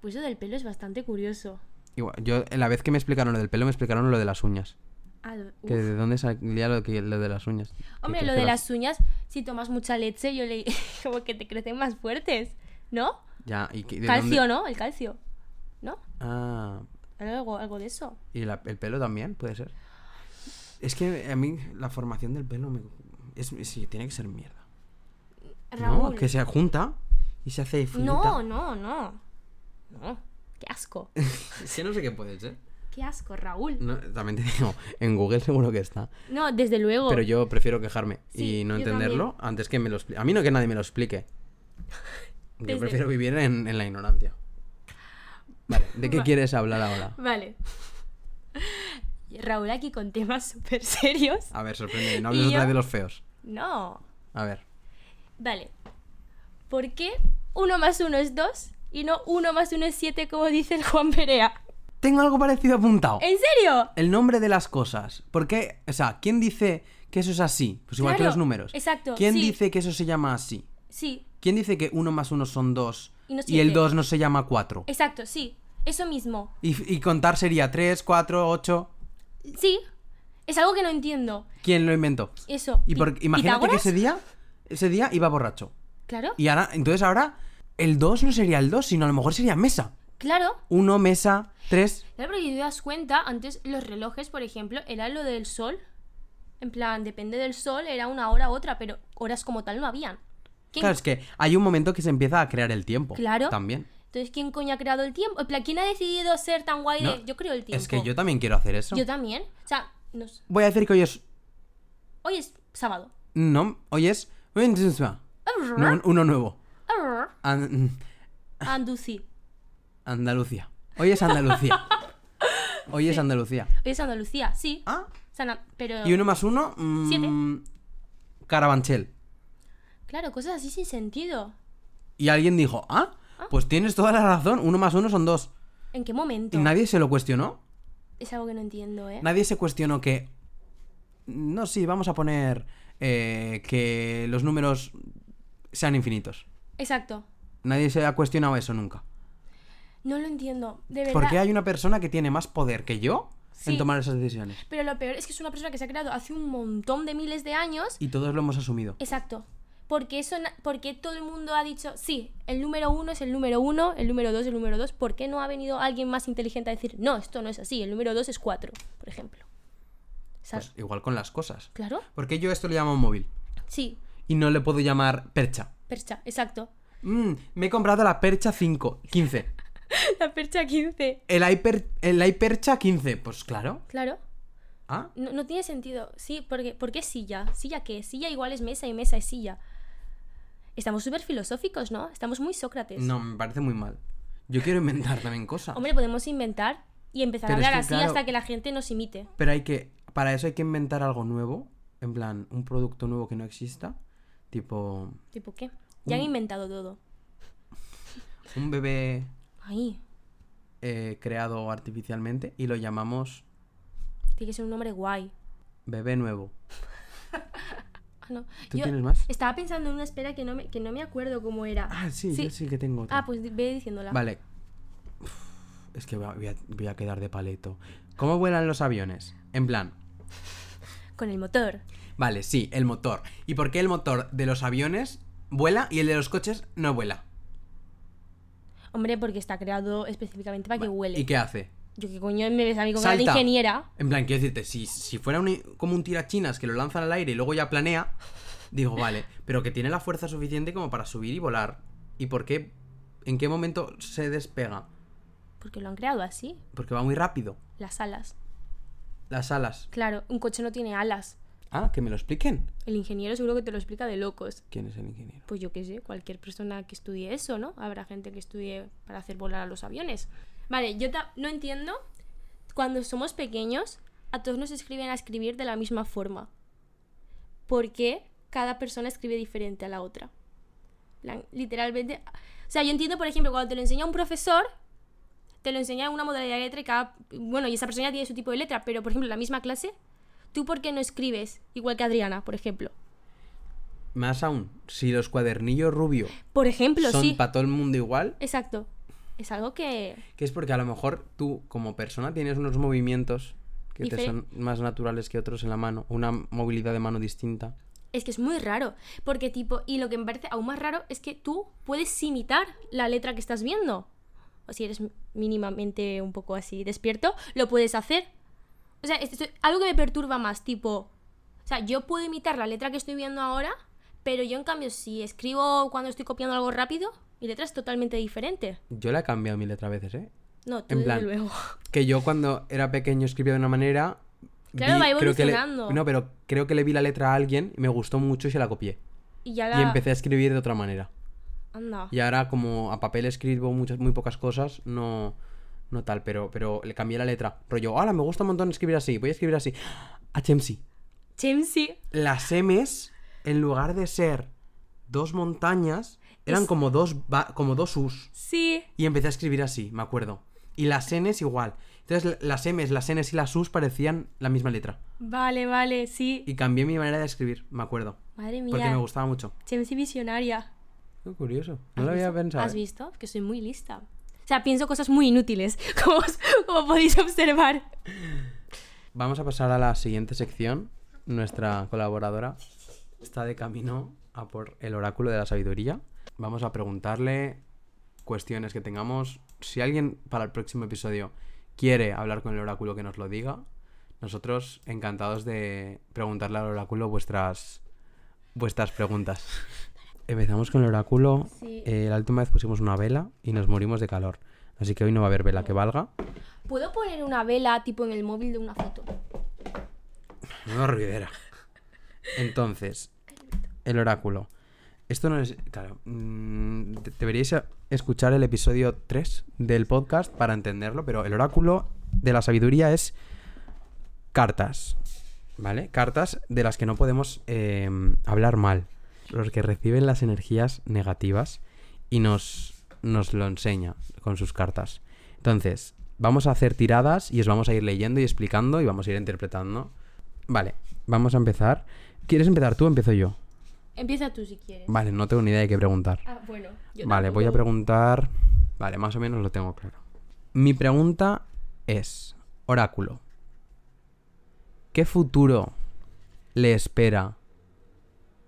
Speaker 2: Pues eso del pelo es bastante curioso.
Speaker 1: Igual, yo, la vez que me explicaron lo del pelo, me explicaron lo de las uñas.
Speaker 2: Ah, lo-
Speaker 1: Que
Speaker 2: uf.
Speaker 1: de dónde salía lo, que, lo de las uñas. Que
Speaker 2: Hombre,
Speaker 1: crece
Speaker 2: lo de las uñas, si tomas mucha leche, yo le... como que te crecen más fuertes, ¿no?
Speaker 1: Ya, y que- de
Speaker 2: Calcio,
Speaker 1: dónde-
Speaker 2: ¿no? El calcio. ¿No?
Speaker 1: Ah,
Speaker 2: Era Algo, algo de eso.
Speaker 1: y la- el pelo también, puede ser. Es que a mí la formación del pelo me... Es, sí, tiene que ser mierda.
Speaker 2: Raúl.
Speaker 1: ¿No? Que se junta y se hace finita.
Speaker 2: no, no, no. No. Qué asco.
Speaker 1: Es que no sé qué puede ser.
Speaker 2: Qué asco, Raúl.
Speaker 1: No, también te digo, en Google seguro que está.
Speaker 2: No, desde luego.
Speaker 1: Pero yo prefiero quejarme
Speaker 2: Sí,
Speaker 1: y no
Speaker 2: yo
Speaker 1: entenderlo antes que me lo explique. A mí no que nadie me lo explique. Yo
Speaker 2: Desde-
Speaker 1: prefiero vivir en, en la ignorancia. Vale, ¿de qué
Speaker 2: Va-
Speaker 1: quieres hablar ahora?
Speaker 2: Vale. Raúl aquí con temas súper serios.
Speaker 1: A ver, sorprende, no
Speaker 2: Y
Speaker 1: hables otra
Speaker 2: yo-
Speaker 1: vez de los feos.
Speaker 2: No.
Speaker 1: A ver.
Speaker 2: Vale. ¿Por qué uno más uno es dos y no uno más uno es siete como dice el Juan Perea?
Speaker 1: Tengo algo parecido apuntado.
Speaker 2: ¿En serio?
Speaker 1: El nombre de las cosas. ¿Por qué? O sea, ¿quién dice que eso es así? Pues igual que
Speaker 2: Claro,
Speaker 1: los números.
Speaker 2: exacto,
Speaker 1: ¿Quién
Speaker 2: sí.
Speaker 1: dice que eso se llama así?
Speaker 2: Sí,
Speaker 1: ¿Quién dice que uno más uno son dos
Speaker 2: Y no
Speaker 1: el
Speaker 2: siete.
Speaker 1: 2 no se llama 4?
Speaker 2: exacto, sí. Eso mismo.
Speaker 1: Y, y contar sería 3, 4, 8.
Speaker 2: Sí. Es algo que no entiendo.
Speaker 1: ¿Quién lo inventó?
Speaker 2: Eso.
Speaker 1: Y
Speaker 2: Pi-
Speaker 1: por- imagínate que
Speaker 2: ¿Pitágoras?
Speaker 1: ese día, ese día iba borracho.
Speaker 2: Claro,
Speaker 1: Y ahora, entonces ahora, el 2 no sería el 2, sino a lo mejor sería mesa.
Speaker 2: claro.
Speaker 1: 1, mesa, 3.
Speaker 2: Claro, porque si te das cuenta, antes los relojes, por ejemplo, era lo del sol. En plan, depende del sol, era una hora u otra, pero horas como tal no habían. ¿Quién-
Speaker 1: Claro, es que hay un momento que se empieza a crear el tiempo.
Speaker 2: Claro.
Speaker 1: También.
Speaker 2: Entonces, ¿quién coño ha creado el tiempo? En plan, ¿quién ha decidido ser tan guay de...
Speaker 1: No,
Speaker 2: yo creo el tiempo.
Speaker 1: Es que yo también quiero hacer eso.
Speaker 2: Yo también. O sea, no sé.
Speaker 1: Voy a decir que hoy es.
Speaker 2: hoy es sábado.
Speaker 1: No, hoy es. No, uno nuevo. An-
Speaker 2: Anducí.
Speaker 1: Andalucía. Hoy es Andalucía. Hoy es Andalucía.
Speaker 2: Hoy es Andalucía, sí.
Speaker 1: Ah,
Speaker 2: Sana- pero...
Speaker 1: y uno más uno. mm, Carabanchel.
Speaker 2: Claro, cosas así sin sentido.
Speaker 1: Y alguien dijo, ah, pues tienes toda la razón. Uno más uno son dos.
Speaker 2: ¿En qué momento?
Speaker 1: Y nadie se lo cuestionó.
Speaker 2: Es algo que no entiendo, ¿eh?
Speaker 1: Nadie se cuestionó que. No, sí, vamos a poner eh, que los números sean infinitos.
Speaker 2: Exacto.
Speaker 1: Nadie se ha cuestionado eso nunca.
Speaker 2: No lo entiendo, de verdad.
Speaker 1: Porque hay una persona que tiene más poder que yo en
Speaker 2: Sí.
Speaker 1: tomar esas decisiones.
Speaker 2: Pero lo peor es que es una persona que se ha creado hace un montón de miles de años.
Speaker 1: Y todos lo hemos asumido.
Speaker 2: Exacto. Porque, eso, na- porque todo el mundo ha dicho, sí, el número uno es el número uno, el número dos es el número dos. ¿Por qué no ha venido alguien más inteligente a decir, no, esto no es así, el número dos es cuatro, por ejemplo? ¿Sabes?
Speaker 1: Pues igual con las cosas.
Speaker 2: claro.
Speaker 1: Porque yo esto le llamo móvil.
Speaker 2: Sí,
Speaker 1: Y no le puedo llamar percha.
Speaker 2: percha, exacto.
Speaker 1: Mm, me he comprado la percha 5, 15.
Speaker 2: La percha 15,
Speaker 1: El, hiper, el hipercha 15. Pues claro.
Speaker 2: claro.
Speaker 1: ¿Ah?
Speaker 2: No, no tiene sentido. Sí, porque ¿por qué silla? ¿Silla qué? Silla igual es mesa y mesa es silla. Estamos súper filosóficos, ¿no? Estamos muy Sócrates.
Speaker 1: No, me parece muy mal. Yo quiero inventar también cosas.
Speaker 2: Hombre, podemos inventar y empezar a
Speaker 1: Pero es
Speaker 2: hablar
Speaker 1: que,
Speaker 2: así
Speaker 1: claro-
Speaker 2: hasta que la gente nos imite.
Speaker 1: Pero hay que. Para eso hay que inventar algo nuevo. En plan, un producto nuevo que no exista. Tipo.
Speaker 2: ¿Tipo qué? Ya han
Speaker 1: Un-
Speaker 2: inventado todo.
Speaker 1: Un bebé
Speaker 2: Ay,
Speaker 1: eh, creado artificialmente y lo llamamos
Speaker 2: tiene que ser un nombre guay.
Speaker 1: bebé nuevo.
Speaker 2: Ah, no.
Speaker 1: ¿Tú
Speaker 2: Yo
Speaker 1: tienes más?
Speaker 2: estaba pensando en una espera que no me, que no me acuerdo cómo era.
Speaker 1: Ah, sí,
Speaker 2: sí.
Speaker 1: yo sí que tengo otra.
Speaker 2: Ah, pues di- ve diciéndola.
Speaker 1: Vale. Uf, Es que va- voy a, voy a quedar de paleto. ¿Cómo vuelan los aviones? En plan.
Speaker 2: Con el motor.
Speaker 1: Vale, sí, el motor. ¿Y por qué el motor de los aviones vuela y el de los coches no vuela?
Speaker 2: Hombre, porque está creado específicamente para que huele.
Speaker 1: ¿Y qué hace?
Speaker 2: Yo qué coño me ves a mí con cara de
Speaker 1: Salta.
Speaker 2: ingeniera.
Speaker 1: En plan, quiero decirte, si, si fuera un- como un tirachinas que lo lanzan al aire y luego ya planea, digo, vale, pero que tiene la fuerza suficiente como para subir y volar. ¿Y por qué? ¿En qué momento se despega?
Speaker 2: Porque lo han creado así.
Speaker 1: Porque va muy rápido.
Speaker 2: Las alas.
Speaker 1: Las alas.
Speaker 2: Claro, un coche no tiene alas.
Speaker 1: Ah, que me lo expliquen.
Speaker 2: El ingeniero seguro que te lo explica de locos.
Speaker 1: ¿Quién es el ingeniero?
Speaker 2: Pues yo qué sé, cualquier persona que estudie eso, ¿no? Habrá gente que estudie para hacer volar a los aviones. Vale, yo ta- no entiendo. Cuando somos pequeños, a todos nos escriben a escribir de la misma forma. ¿Por qué cada persona escribe diferente a la otra? plan, literalmente. O sea, yo entiendo, por ejemplo, cuando te lo enseña un profesor, te lo enseña en una modalidad de letra y cada. Bueno, y esa persona ya tiene su tipo de letra, pero por ejemplo, en la misma clase, ¿tú por qué no escribes igual que Adriana, por ejemplo?
Speaker 1: Más aún, si los cuadernillos rubio
Speaker 2: Por ejemplo,
Speaker 1: son
Speaker 2: sí.
Speaker 1: para todo el mundo igual,
Speaker 2: Exacto. Es algo que.
Speaker 1: que es porque a lo mejor tú como persona tienes unos movimientos que te
Speaker 2: Diferen-
Speaker 1: son más naturales que otros en la mano, una movilidad de mano distinta.
Speaker 2: Es que es muy raro. Porque, tipo, y lo que me parece aún más raro es que tú puedes imitar la letra que estás viendo. O si eres mínimamente un poco así despierto, lo puedes hacer. O sea, esto- algo que me perturba más, tipo. O sea, yo puedo imitar la letra que estoy viendo ahora, pero yo, en cambio, si escribo cuando estoy copiando algo rápido, mi letra es totalmente diferente.
Speaker 1: Yo la he cambiado mil otras veces, ¿eh?
Speaker 2: No, tú
Speaker 1: En
Speaker 2: desde
Speaker 1: plan,
Speaker 2: luego.
Speaker 1: Que yo cuando era pequeño escribía de una manera.
Speaker 2: Claro, va
Speaker 1: creo que le-
Speaker 2: evolucionando.
Speaker 1: no, pero creo que le vi la letra a alguien y me gustó mucho y se la copié.
Speaker 2: Y ya
Speaker 1: Y
Speaker 2: la.
Speaker 1: empecé a escribir de otra manera.
Speaker 2: Anda.
Speaker 1: Y ahora, como a papel escribo muchas, muy pocas cosas, no, no tal, pero, pero le cambié la letra. Rollo, ahora me gusta un montón escribir así, voy a escribir así. HMC.
Speaker 2: Chemsi.
Speaker 1: Las M's, en lugar de ser dos montañas, eran
Speaker 2: Es-
Speaker 1: como, dos ba- como dos U's.
Speaker 2: Sí.
Speaker 1: Y empecé a escribir así, me acuerdo. Y las N's igual. Entonces l- las M's, las N's y las U's parecían la misma letra.
Speaker 2: Vale, vale, sí.
Speaker 1: Y cambié mi manera de escribir, me acuerdo.
Speaker 2: Madre mía.
Speaker 1: Porque me gustaba mucho.
Speaker 2: Chemsi visionaria.
Speaker 1: Qué curioso.
Speaker 2: ¿Has
Speaker 1: No lo había
Speaker 2: visto?
Speaker 1: pensado.
Speaker 2: ¿Has
Speaker 1: eh.
Speaker 2: visto? Que soy muy lista. O sea, pienso cosas muy inútiles, como, os- como podéis observar.
Speaker 1: Vamos a pasar a la siguiente sección. Nuestra colaboradora está de camino a por el oráculo de la sabiduría. Vamos a preguntarle cuestiones que tengamos. Si alguien para el próximo episodio quiere hablar con el oráculo, que nos lo diga. Nosotros encantados de preguntarle al oráculo vuestras, vuestras preguntas. Empezamos con el oráculo.
Speaker 2: Sí.
Speaker 1: Eh, la última vez pusimos una vela y nos morimos de calor. Así que hoy no va a haber vela que valga.
Speaker 2: ¿Puedo poner una vela tipo en el móvil de una foto?
Speaker 1: No, Rivera. Entonces, el oráculo. Esto no es. Claro. mm, de- deberíais a- escuchar el episodio 3 del podcast para entenderlo, pero el oráculo de la sabiduría es cartas. ¿Vale? Cartas de las que no podemos eh, hablar mal. Los que reciben las energías negativas y nos, nos lo enseña con sus cartas. Entonces, vamos a hacer tiradas y os vamos a ir leyendo y explicando y vamos a ir interpretando. Vale, vamos a empezar. ¿Quieres empezar tú o empiezo yo?
Speaker 2: Empieza tú si quieres.
Speaker 1: Vale, no tengo ni idea de qué preguntar.
Speaker 2: Ah, bueno. yo
Speaker 1: Vale, voy a
Speaker 2: tampoco.
Speaker 1: preguntar. Vale, más o menos lo tengo claro. Mi pregunta es, oráculo, ¿qué futuro le espera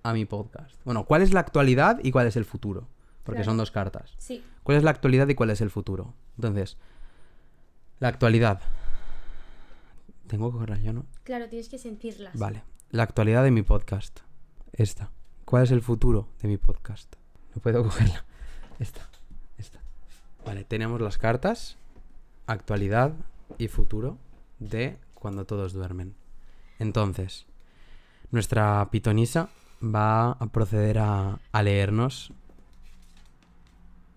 Speaker 1: a mi podcast? Bueno, ¿cuál es la actualidad y cuál es el futuro? Porque
Speaker 2: Claro.
Speaker 1: son dos cartas.
Speaker 2: Sí.
Speaker 1: ¿Cuál es la actualidad y cuál es el futuro? Entonces, la actualidad. Tengo que correr yo, ¿no?
Speaker 2: Claro, tienes que sentirlas.
Speaker 1: Vale. La actualidad de mi podcast. Esta. ¿Cuál es el futuro de mi podcast? No puedo cogerla. Esta. Esta. Vale, tenemos las cartas. Actualidad y futuro de cuando todos duermen. Entonces, nuestra pitonisa va a proceder a, a leernos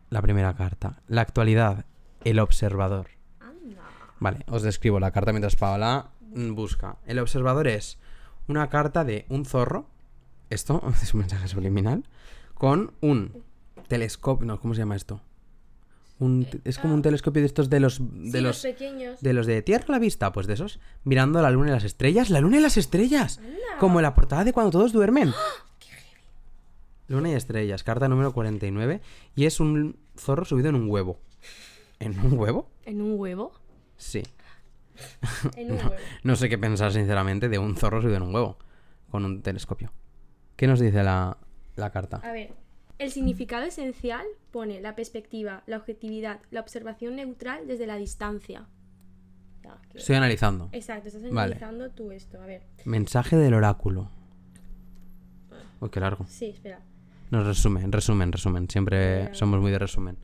Speaker 1: la primera carta. La actualidad, el observador.
Speaker 2: Anda.
Speaker 1: Vale, os describo la carta mientras Paola mm, busca. El observador es una carta de un zorro. Esto es un mensaje subliminal. Con un telescopio. No, ¿cómo se llama esto? Un te- es como un telescopio de estos de los.
Speaker 2: Sí,
Speaker 1: De
Speaker 2: los,
Speaker 1: los.
Speaker 2: pequeños.
Speaker 1: De los de tierra a la vista, pues de esos. Mirando la luna y las estrellas. ¡La luna y las estrellas!
Speaker 2: Anda.
Speaker 1: Como en la portada de cuando todos duermen. Luna y estrellas, carta número 49. Y es un zorro subido en un huevo. ¿En un huevo?
Speaker 2: ¿En un huevo?
Speaker 1: Sí.
Speaker 2: En un huevo.
Speaker 1: No sé qué pensar, sinceramente, de un zorro subido en un huevo. Con un telescopio. ¿Qué nos dice la, la carta?
Speaker 2: A ver, el significado esencial pone la perspectiva, la objetividad, la observación neutral desde la distancia. Ya, que-
Speaker 1: Estoy analizando.
Speaker 2: Exacto, estás
Speaker 1: Vale.
Speaker 2: analizando tú esto. A ver,
Speaker 1: Mensaje del oráculo. Uy, qué largo.
Speaker 2: sí, espera.
Speaker 1: Nos resumen, resumen, resumen. Siempre
Speaker 2: Ya.
Speaker 1: somos muy de resumen.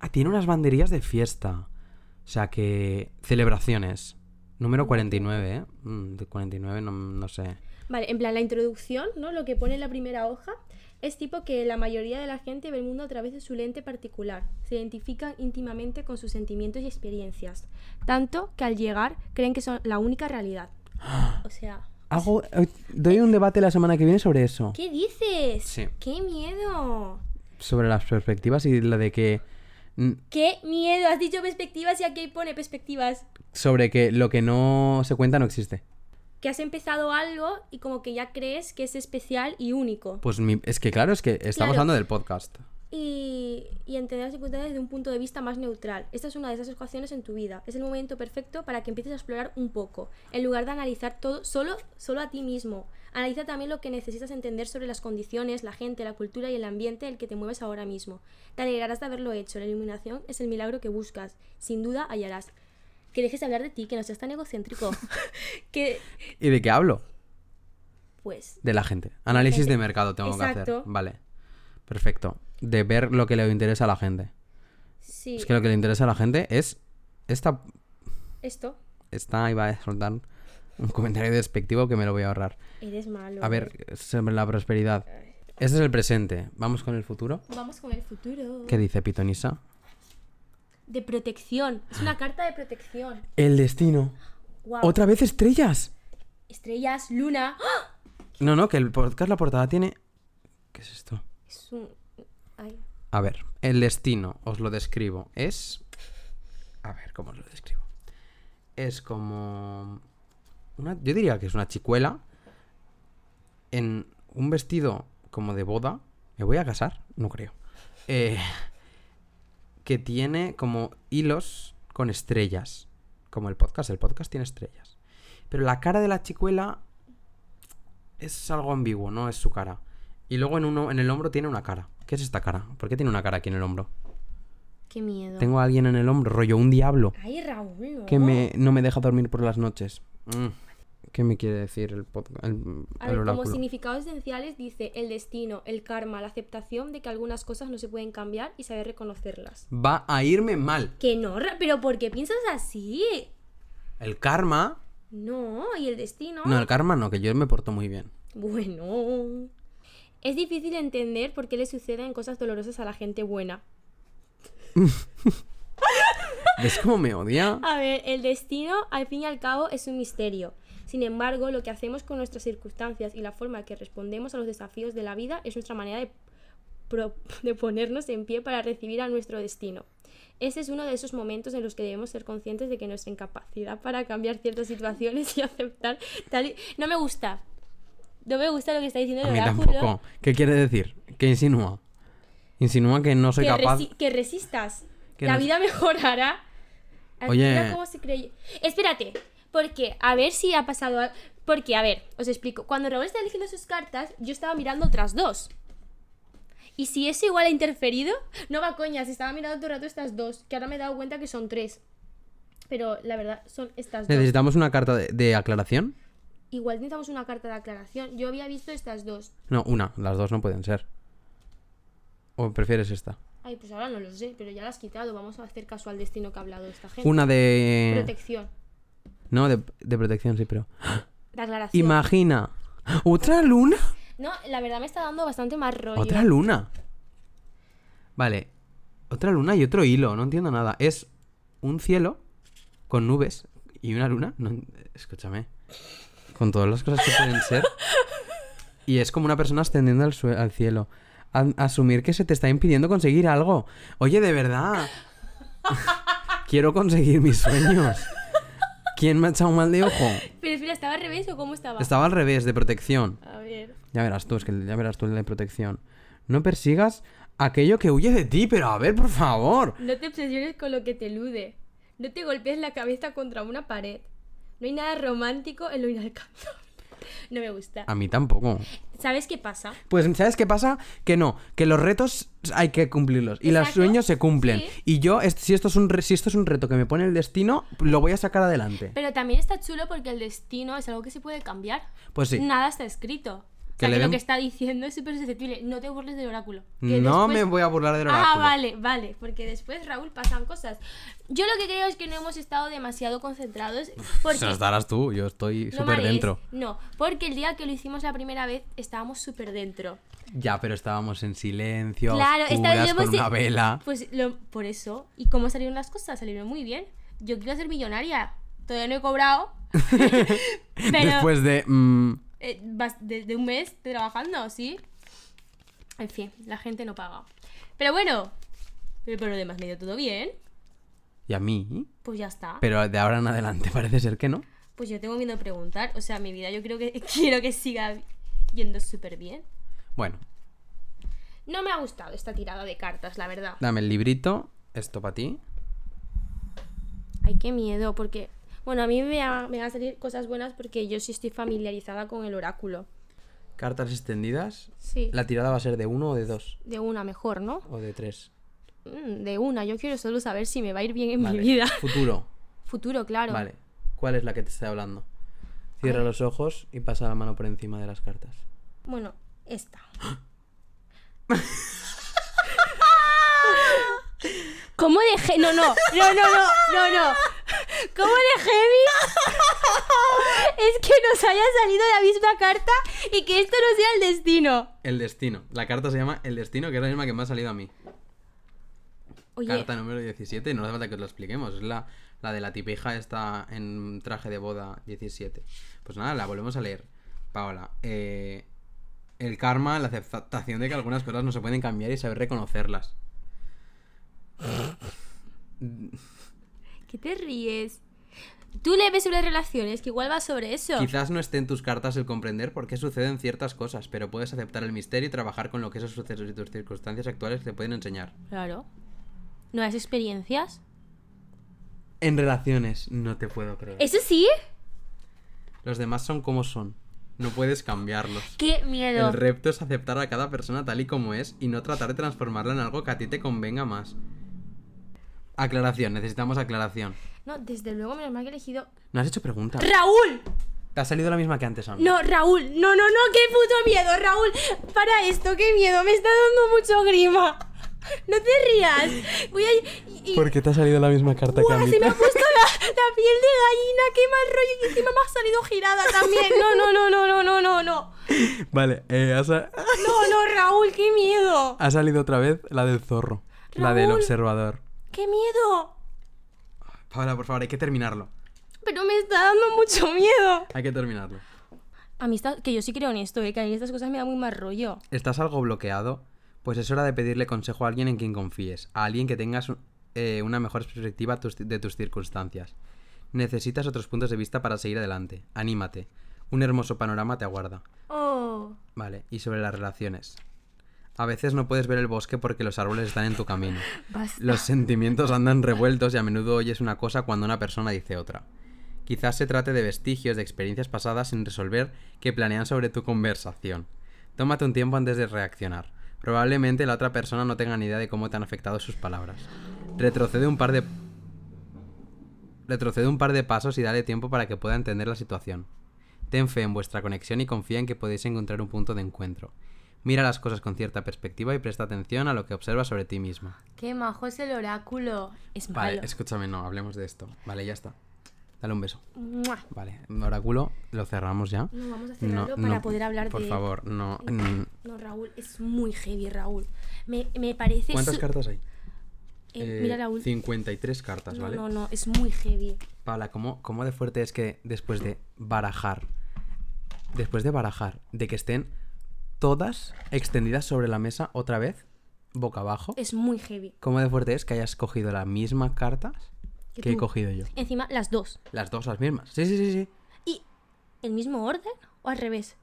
Speaker 1: Ah, tiene unas banderías de fiesta. O sea que. Celebraciones. Número 49, ¿eh? Mm, de 49, no, no sé.
Speaker 2: Vale, en plan, la introducción, ¿no? Lo que pone en la primera hoja es tipo que la mayoría de la gente ve el mundo a través de su lente particular. Se identifican íntimamente con sus sentimientos y experiencias. Tanto que al llegar creen que son la única realidad. O sea,
Speaker 1: Hago, eh, doy un debate la semana que viene sobre eso.
Speaker 2: ¿qué dices?
Speaker 1: Sí.
Speaker 2: ¡Qué miedo!
Speaker 1: Sobre las perspectivas y lo de que. mm,
Speaker 2: ¡Qué miedo! Has dicho perspectivas y aquí pone perspectivas.
Speaker 1: Sobre que lo que no se cuenta no existe.
Speaker 2: Que has empezado algo y como que ya crees que es especial y único.
Speaker 1: Pues mi- es que claro, es que estamos
Speaker 2: Claro.
Speaker 1: hablando del podcast.
Speaker 2: y, y entender las circunstancias desde un punto de vista más neutral. Esta es una de esas ecuaciones en tu vida. Es el momento perfecto para que empieces a explorar un poco, en lugar de analizar todo solo, solo a ti mismo. Analiza también lo que necesitas entender sobre las condiciones, la gente, la cultura y el ambiente en el que te mueves ahora mismo. Te alegrarás de haberlo hecho. La iluminación es el milagro que buscas. Sin duda hallarás. Que dejes de hablar de ti, que no seas tan egocéntrico. que
Speaker 1: ¿Y de qué hablo?
Speaker 2: pues
Speaker 1: De la gente. Análisis de mercado tengo que hacer.
Speaker 2: Exacto.
Speaker 1: Vale. Perfecto. De ver lo que le interesa a la gente.
Speaker 2: sí,
Speaker 1: Es que lo que le interesa a la gente es esta...
Speaker 2: esto
Speaker 1: Esta iba a soltar un comentario despectivo que me lo voy a ahorrar.
Speaker 2: eres malo.
Speaker 1: A ver, sobre la prosperidad. Este es el presente. Vamos con el futuro.
Speaker 2: Vamos con el futuro.
Speaker 1: ¿Qué dice Pitonisa?
Speaker 2: De protección. Es una carta de protección.
Speaker 1: El destino.
Speaker 2: Wow.
Speaker 1: Otra vez estrellas.
Speaker 2: Estrellas, luna. ¡Ah!
Speaker 1: No, no, que el podcast, la portada tiene... ¿Qué es esto?
Speaker 2: Es un. Ay.
Speaker 1: A ver, el destino, os lo describo, es... A ver, ¿cómo os lo describo? Es como... Una... Yo diría que es una chicuela en un vestido como de boda. ¿Me voy a casar? No creo. Eh, que tiene como hilos con estrellas. Como el podcast, el podcast tiene estrellas. Pero la cara de la chicuela es algo ambiguo, no es su cara. Y luego en, uno, en el hombro tiene una cara. ¿Qué es esta cara? ¿Por qué tiene una cara aquí en el hombro?
Speaker 2: Qué miedo.
Speaker 1: Tengo a alguien en el hombro, rollo un diablo,
Speaker 2: Ay, Raúl. no.
Speaker 1: que me, no me deja dormir por las noches. Mm. ¿Qué me quiere decir el, podca- el,
Speaker 2: A
Speaker 1: el
Speaker 2: ver, como
Speaker 1: oráculo?
Speaker 2: significados esenciales dice el destino, el karma, la aceptación de que algunas cosas no se pueden cambiar y saber reconocerlas.
Speaker 1: Va a irme mal.
Speaker 2: Que no, Ra- pero ¿por qué piensas así?
Speaker 1: El karma...
Speaker 2: No, y el destino.
Speaker 1: No, el karma no, que yo me porto muy bien.
Speaker 2: Bueno. Es difícil entender por qué le suceden cosas dolorosas a la gente buena.
Speaker 1: ¿Ves cómo me odia?
Speaker 2: A ver, el destino al fin y al cabo es un misterio. Sin embargo, lo que hacemos con nuestras circunstancias y la forma que respondemos a los desafíos de la vida es nuestra manera de, pro- de ponernos en pie para recibir a nuestro destino. Este es uno de esos momentos en los que debemos ser conscientes de que nuestra incapacidad para cambiar ciertas situaciones y aceptar tal y... No me gusta. No me gusta lo que está diciendo
Speaker 1: A
Speaker 2: el
Speaker 1: mí
Speaker 2: oráculo.
Speaker 1: tampoco. ¿Qué quiere decir? ¿Qué insinúa? Insinúa que no soy
Speaker 2: que,
Speaker 1: capaz...
Speaker 2: resi- que resistas.
Speaker 1: Que
Speaker 2: la
Speaker 1: no-
Speaker 2: vida mejorará. Al
Speaker 1: Oye.
Speaker 2: final, ¿cómo se creyó? Espérate, porque a ver si ha pasado algo. Porque, a ver, os explico. Cuando Raúl estaba eligiendo sus cartas, yo estaba mirando otras dos. Y si eso igual ha interferido, no va coñas, estaba mirando todo el rato estas dos, que ahora me he dado cuenta que son tres. Pero la verdad, son estas dos.
Speaker 1: ¿Necesitamos una carta de, de aclaración?
Speaker 2: Igual necesitamos una carta de aclaración. Yo había visto estas dos.
Speaker 1: No, una. Las dos no pueden ser. ¿O prefieres esta?
Speaker 2: Ay, pues ahora no lo sé, pero ya las has quitado. Vamos a hacer caso al destino que ha hablado esta gente.
Speaker 1: Una de...
Speaker 2: Protección.
Speaker 1: No, de, de protección sí, pero.
Speaker 2: La aclaración.
Speaker 1: Imagina. ¿Otra luna?
Speaker 2: No, la verdad me está dando bastante más rollo.
Speaker 1: ¿Otra luna? Vale. Otra luna y otro hilo, no entiendo nada. Es un cielo con nubes y una luna. No en- escúchame. Con todas las cosas que pueden ser. Y es como una persona ascendiendo al, sue- al cielo. A- asumir que se te está impidiendo conseguir algo. Oye, de verdad. Quiero conseguir mis sueños. ¿Quién me ha echado mal de ojo?
Speaker 2: Pero espera, ¿estaba al revés o cómo estaba?
Speaker 1: Estaba al revés, de protección.
Speaker 2: A ver.
Speaker 1: Ya verás tú, es que ya verás tú el de protección. No persigas aquello que huye de ti, pero a ver, por favor.
Speaker 2: No te obsesiones con lo que te elude. No te golpees la cabeza contra una pared. No hay nada romántico en lo inalcanzable. No me gusta.
Speaker 1: A mí tampoco.
Speaker 2: ¿Sabes qué pasa?
Speaker 1: Pues, ¿sabes qué pasa? Que no, que los retos hay que cumplirlos. Y los
Speaker 2: Exacto,
Speaker 1: sueños se cumplen.
Speaker 2: sí.
Speaker 1: Y yo, est- si, esto es un re- si esto es un reto que me pone el destino, lo voy a sacar adelante.
Speaker 2: Pero también está chulo porque el destino es algo que se puede cambiar.
Speaker 1: Pues sí.
Speaker 2: Nada está escrito. O
Speaker 1: Que
Speaker 2: sea,
Speaker 1: le
Speaker 2: que lo
Speaker 1: den-
Speaker 2: que está diciendo es súper susceptible. No te burles del oráculo. que
Speaker 1: No
Speaker 2: después-
Speaker 1: me voy a burlar del oráculo.
Speaker 2: Ah, vale, vale. Porque después, Raúl, pasan cosas. Yo lo que creo es que no hemos estado demasiado concentrados. Porque
Speaker 1: Se los darás tú, yo estoy
Speaker 2: No
Speaker 1: súper
Speaker 2: marees,
Speaker 1: dentro.
Speaker 2: No, porque el día que lo hicimos la primera vez estábamos súper dentro.
Speaker 1: Ya, pero estábamos en silencio, a
Speaker 2: Claro,
Speaker 1: oscuras,
Speaker 2: estábamos
Speaker 1: con
Speaker 2: en-
Speaker 1: una vela.
Speaker 2: Pues lo- por eso. ¿Y cómo salieron las cosas? Salieron muy bien. Yo quiero ser millonaria. Todavía no he cobrado. pero
Speaker 1: Después de... mm,
Speaker 2: eh, vas- de, de un mes trabajando, ¿sí? En fin, la gente no paga. Pero bueno, pero por lo demás me dio todo bien.
Speaker 1: ¿Y a mí?
Speaker 2: Pues ya está.
Speaker 1: Pero de ahora en adelante parece ser que no.
Speaker 2: Pues yo tengo miedo de preguntar. O sea, mi vida yo creo que quiero que siga yendo súper bien.
Speaker 1: Bueno,
Speaker 2: No me ha gustado esta tirada de cartas, la verdad.
Speaker 1: dame el librito, esto para ti.
Speaker 2: Ay, qué miedo, porque... Bueno, a mí me, va- me van a salir cosas buenas porque yo sí estoy familiarizada con el oráculo.
Speaker 1: Cartas extendidas.
Speaker 2: Sí.
Speaker 1: La tirada va a ser de uno o de dos
Speaker 2: De una mejor, ¿no?
Speaker 1: o de tres.
Speaker 2: Mm, De una, yo quiero solo saber si me va a ir bien en
Speaker 1: Vale.
Speaker 2: mi vida.
Speaker 1: Futuro.
Speaker 2: Futuro, claro.
Speaker 1: Vale. ¿Cuál es la que te está hablando? Cierra los ojos y pasa la mano por encima de las cartas.
Speaker 2: Bueno, esta. ¿Cómo dejé? No, no, no, no, no, no, no. ¿Cómo dejé mi- Es que nos haya salido la misma carta y que esto no sea el destino.
Speaker 1: El destino. La carta se llama El destino, que es la misma que me ha salido a mí.
Speaker 2: Oye,
Speaker 1: Carta número 17, no hace falta que os lo expliquemos. Es la, la de la tipeja está en traje de boda 17. Pues nada, la volvemos a leer. Paola, eh, el karma, la aceptación de que algunas cosas no se pueden cambiar y saber reconocerlas.
Speaker 2: ¿qué te ríes? Tú le ves sobre relaciones, que igual va sobre eso.
Speaker 1: Quizás no esté en tus cartas el comprender por qué suceden ciertas cosas, pero puedes aceptar el misterio y trabajar con lo que esos sucesos y tus circunstancias actuales te pueden enseñar.
Speaker 2: Claro. ¿Nuevas experiencias?
Speaker 1: En relaciones, no te puedo creer.
Speaker 2: ¿Eso sí?
Speaker 1: Los demás son como son. No puedes cambiarlos.
Speaker 2: ¡Qué miedo!
Speaker 1: El repto es aceptar a cada persona tal y como es y no tratar de transformarla en algo que a ti te convenga más. Aclaración, necesitamos aclaración.
Speaker 2: No, desde luego, menos mal que he elegido...
Speaker 1: No has hecho pregunta.
Speaker 2: ¡Raúl!
Speaker 1: Te ha salido la misma que antes, Ana.
Speaker 2: No, Raúl, no, no, no, qué puto miedo, Raúl. Para esto, qué miedo, me está dando mucho grima. No te rías. Voy a. y- y-
Speaker 1: te ha salido la misma carta
Speaker 2: ¡Buah! se me ha puesto la, la piel de gallina, qué mal rollo. Y encima me ha salido girada también. No, no, no, no, no, no, no, no.
Speaker 1: Vale, eh, ha, sa-
Speaker 2: No, no, Raúl, qué miedo.
Speaker 1: ha salido otra vez la del zorro. La del
Speaker 2: Raúl.
Speaker 1: observador.
Speaker 2: ¡Qué miedo!
Speaker 1: Paola, por favor, hay que terminarlo.
Speaker 2: Pero me está dando mucho miedo.
Speaker 1: Hay que terminarlo.
Speaker 2: A mí está. Que yo sí creo en esto, eh, que a mí estas cosas me da muy mal rollo.
Speaker 1: ¿Estás algo bloqueado? Pues es hora de pedirle consejo a alguien en quien confíes, a alguien que tengas eh, una mejor perspectiva tus- de tus circunstancias. Necesitas otros puntos de vista para seguir adelante. Anímate. Un hermoso panorama te aguarda.
Speaker 2: Oh.
Speaker 1: Vale, y sobre las relaciones. A veces no puedes ver el bosque porque los árboles están en tu camino.
Speaker 2: Basta.
Speaker 1: Los sentimientos andan revueltos y a menudo oyes una cosa cuando una persona dice otra. Quizás se trate de vestigios de experiencias pasadas sin resolver que planean sobre tu conversación. Tómate un tiempo antes de reaccionar. Probablemente la otra persona no tenga ni idea de cómo te han afectado sus palabras. Retrocede un par de retrocede un par de pasos y dale tiempo para que pueda entender la situación. Ten fe en vuestra conexión y confía en que podéis encontrar un punto de encuentro. Mira las cosas con cierta perspectiva y presta atención a lo que observas sobre ti misma.
Speaker 2: Qué majo es el oráculo. Es malo.
Speaker 1: Vale, escúchame, no, hablemos de esto. Vale, ya está. Dale un beso.
Speaker 2: ¡Mua!
Speaker 1: Vale, oráculo, lo cerramos ya.
Speaker 2: No, vamos a
Speaker 1: No,
Speaker 2: cerrarlo para
Speaker 1: no,
Speaker 2: poder hablar
Speaker 1: Por
Speaker 2: de...
Speaker 1: favor, no. mm.
Speaker 2: No, Raúl, es muy heavy, Raúl. Me, me parece...
Speaker 1: ¿Cuántas
Speaker 2: su-
Speaker 1: cartas hay?
Speaker 2: Eh,
Speaker 1: Eh,
Speaker 2: mira, Raúl.
Speaker 1: 53 cartas,
Speaker 2: No,
Speaker 1: ¿vale?
Speaker 2: no, no, es muy heavy.
Speaker 1: Paula, ¿cómo, ¿cómo de fuerte es que después de barajar, después de barajar, de que estén todas extendidas sobre la mesa otra vez, boca abajo,
Speaker 2: Es muy heavy.
Speaker 1: ¿cómo de fuerte es que hayas cogido las mismas cartas
Speaker 2: Que
Speaker 1: que he
Speaker 2: tú.
Speaker 1: cogido yo?
Speaker 2: Encima, las dos.
Speaker 1: Las dos las mismas. Sí, sí, sí, sí.
Speaker 2: ¿Y el mismo orden o al revés?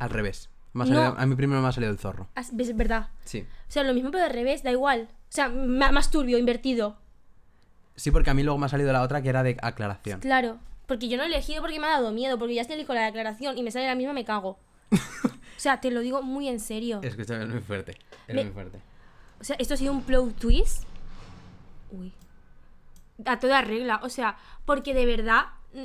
Speaker 1: Al revés. Me ha
Speaker 2: No.
Speaker 1: salido- a mí primero me ha salido el zorro.
Speaker 2: As- Es verdad.
Speaker 1: Sí.
Speaker 2: O sea, lo mismo pero al revés, da igual. O sea, ma- más turbio, invertido.
Speaker 1: Sí, porque a mí luego me ha salido la otra que era de aclaración.
Speaker 2: Claro. Porque yo no he elegido porque me ha dado miedo, porque ya estoy con la declaración y me sale la misma, me cago. O sea, te lo digo muy en serio.
Speaker 1: Escúchame, es muy fuerte. Es
Speaker 2: Me-
Speaker 1: muy fuerte.
Speaker 2: O sea, esto ha sido un plot twist. Uy. A toda regla. O sea, porque de verdad. mm,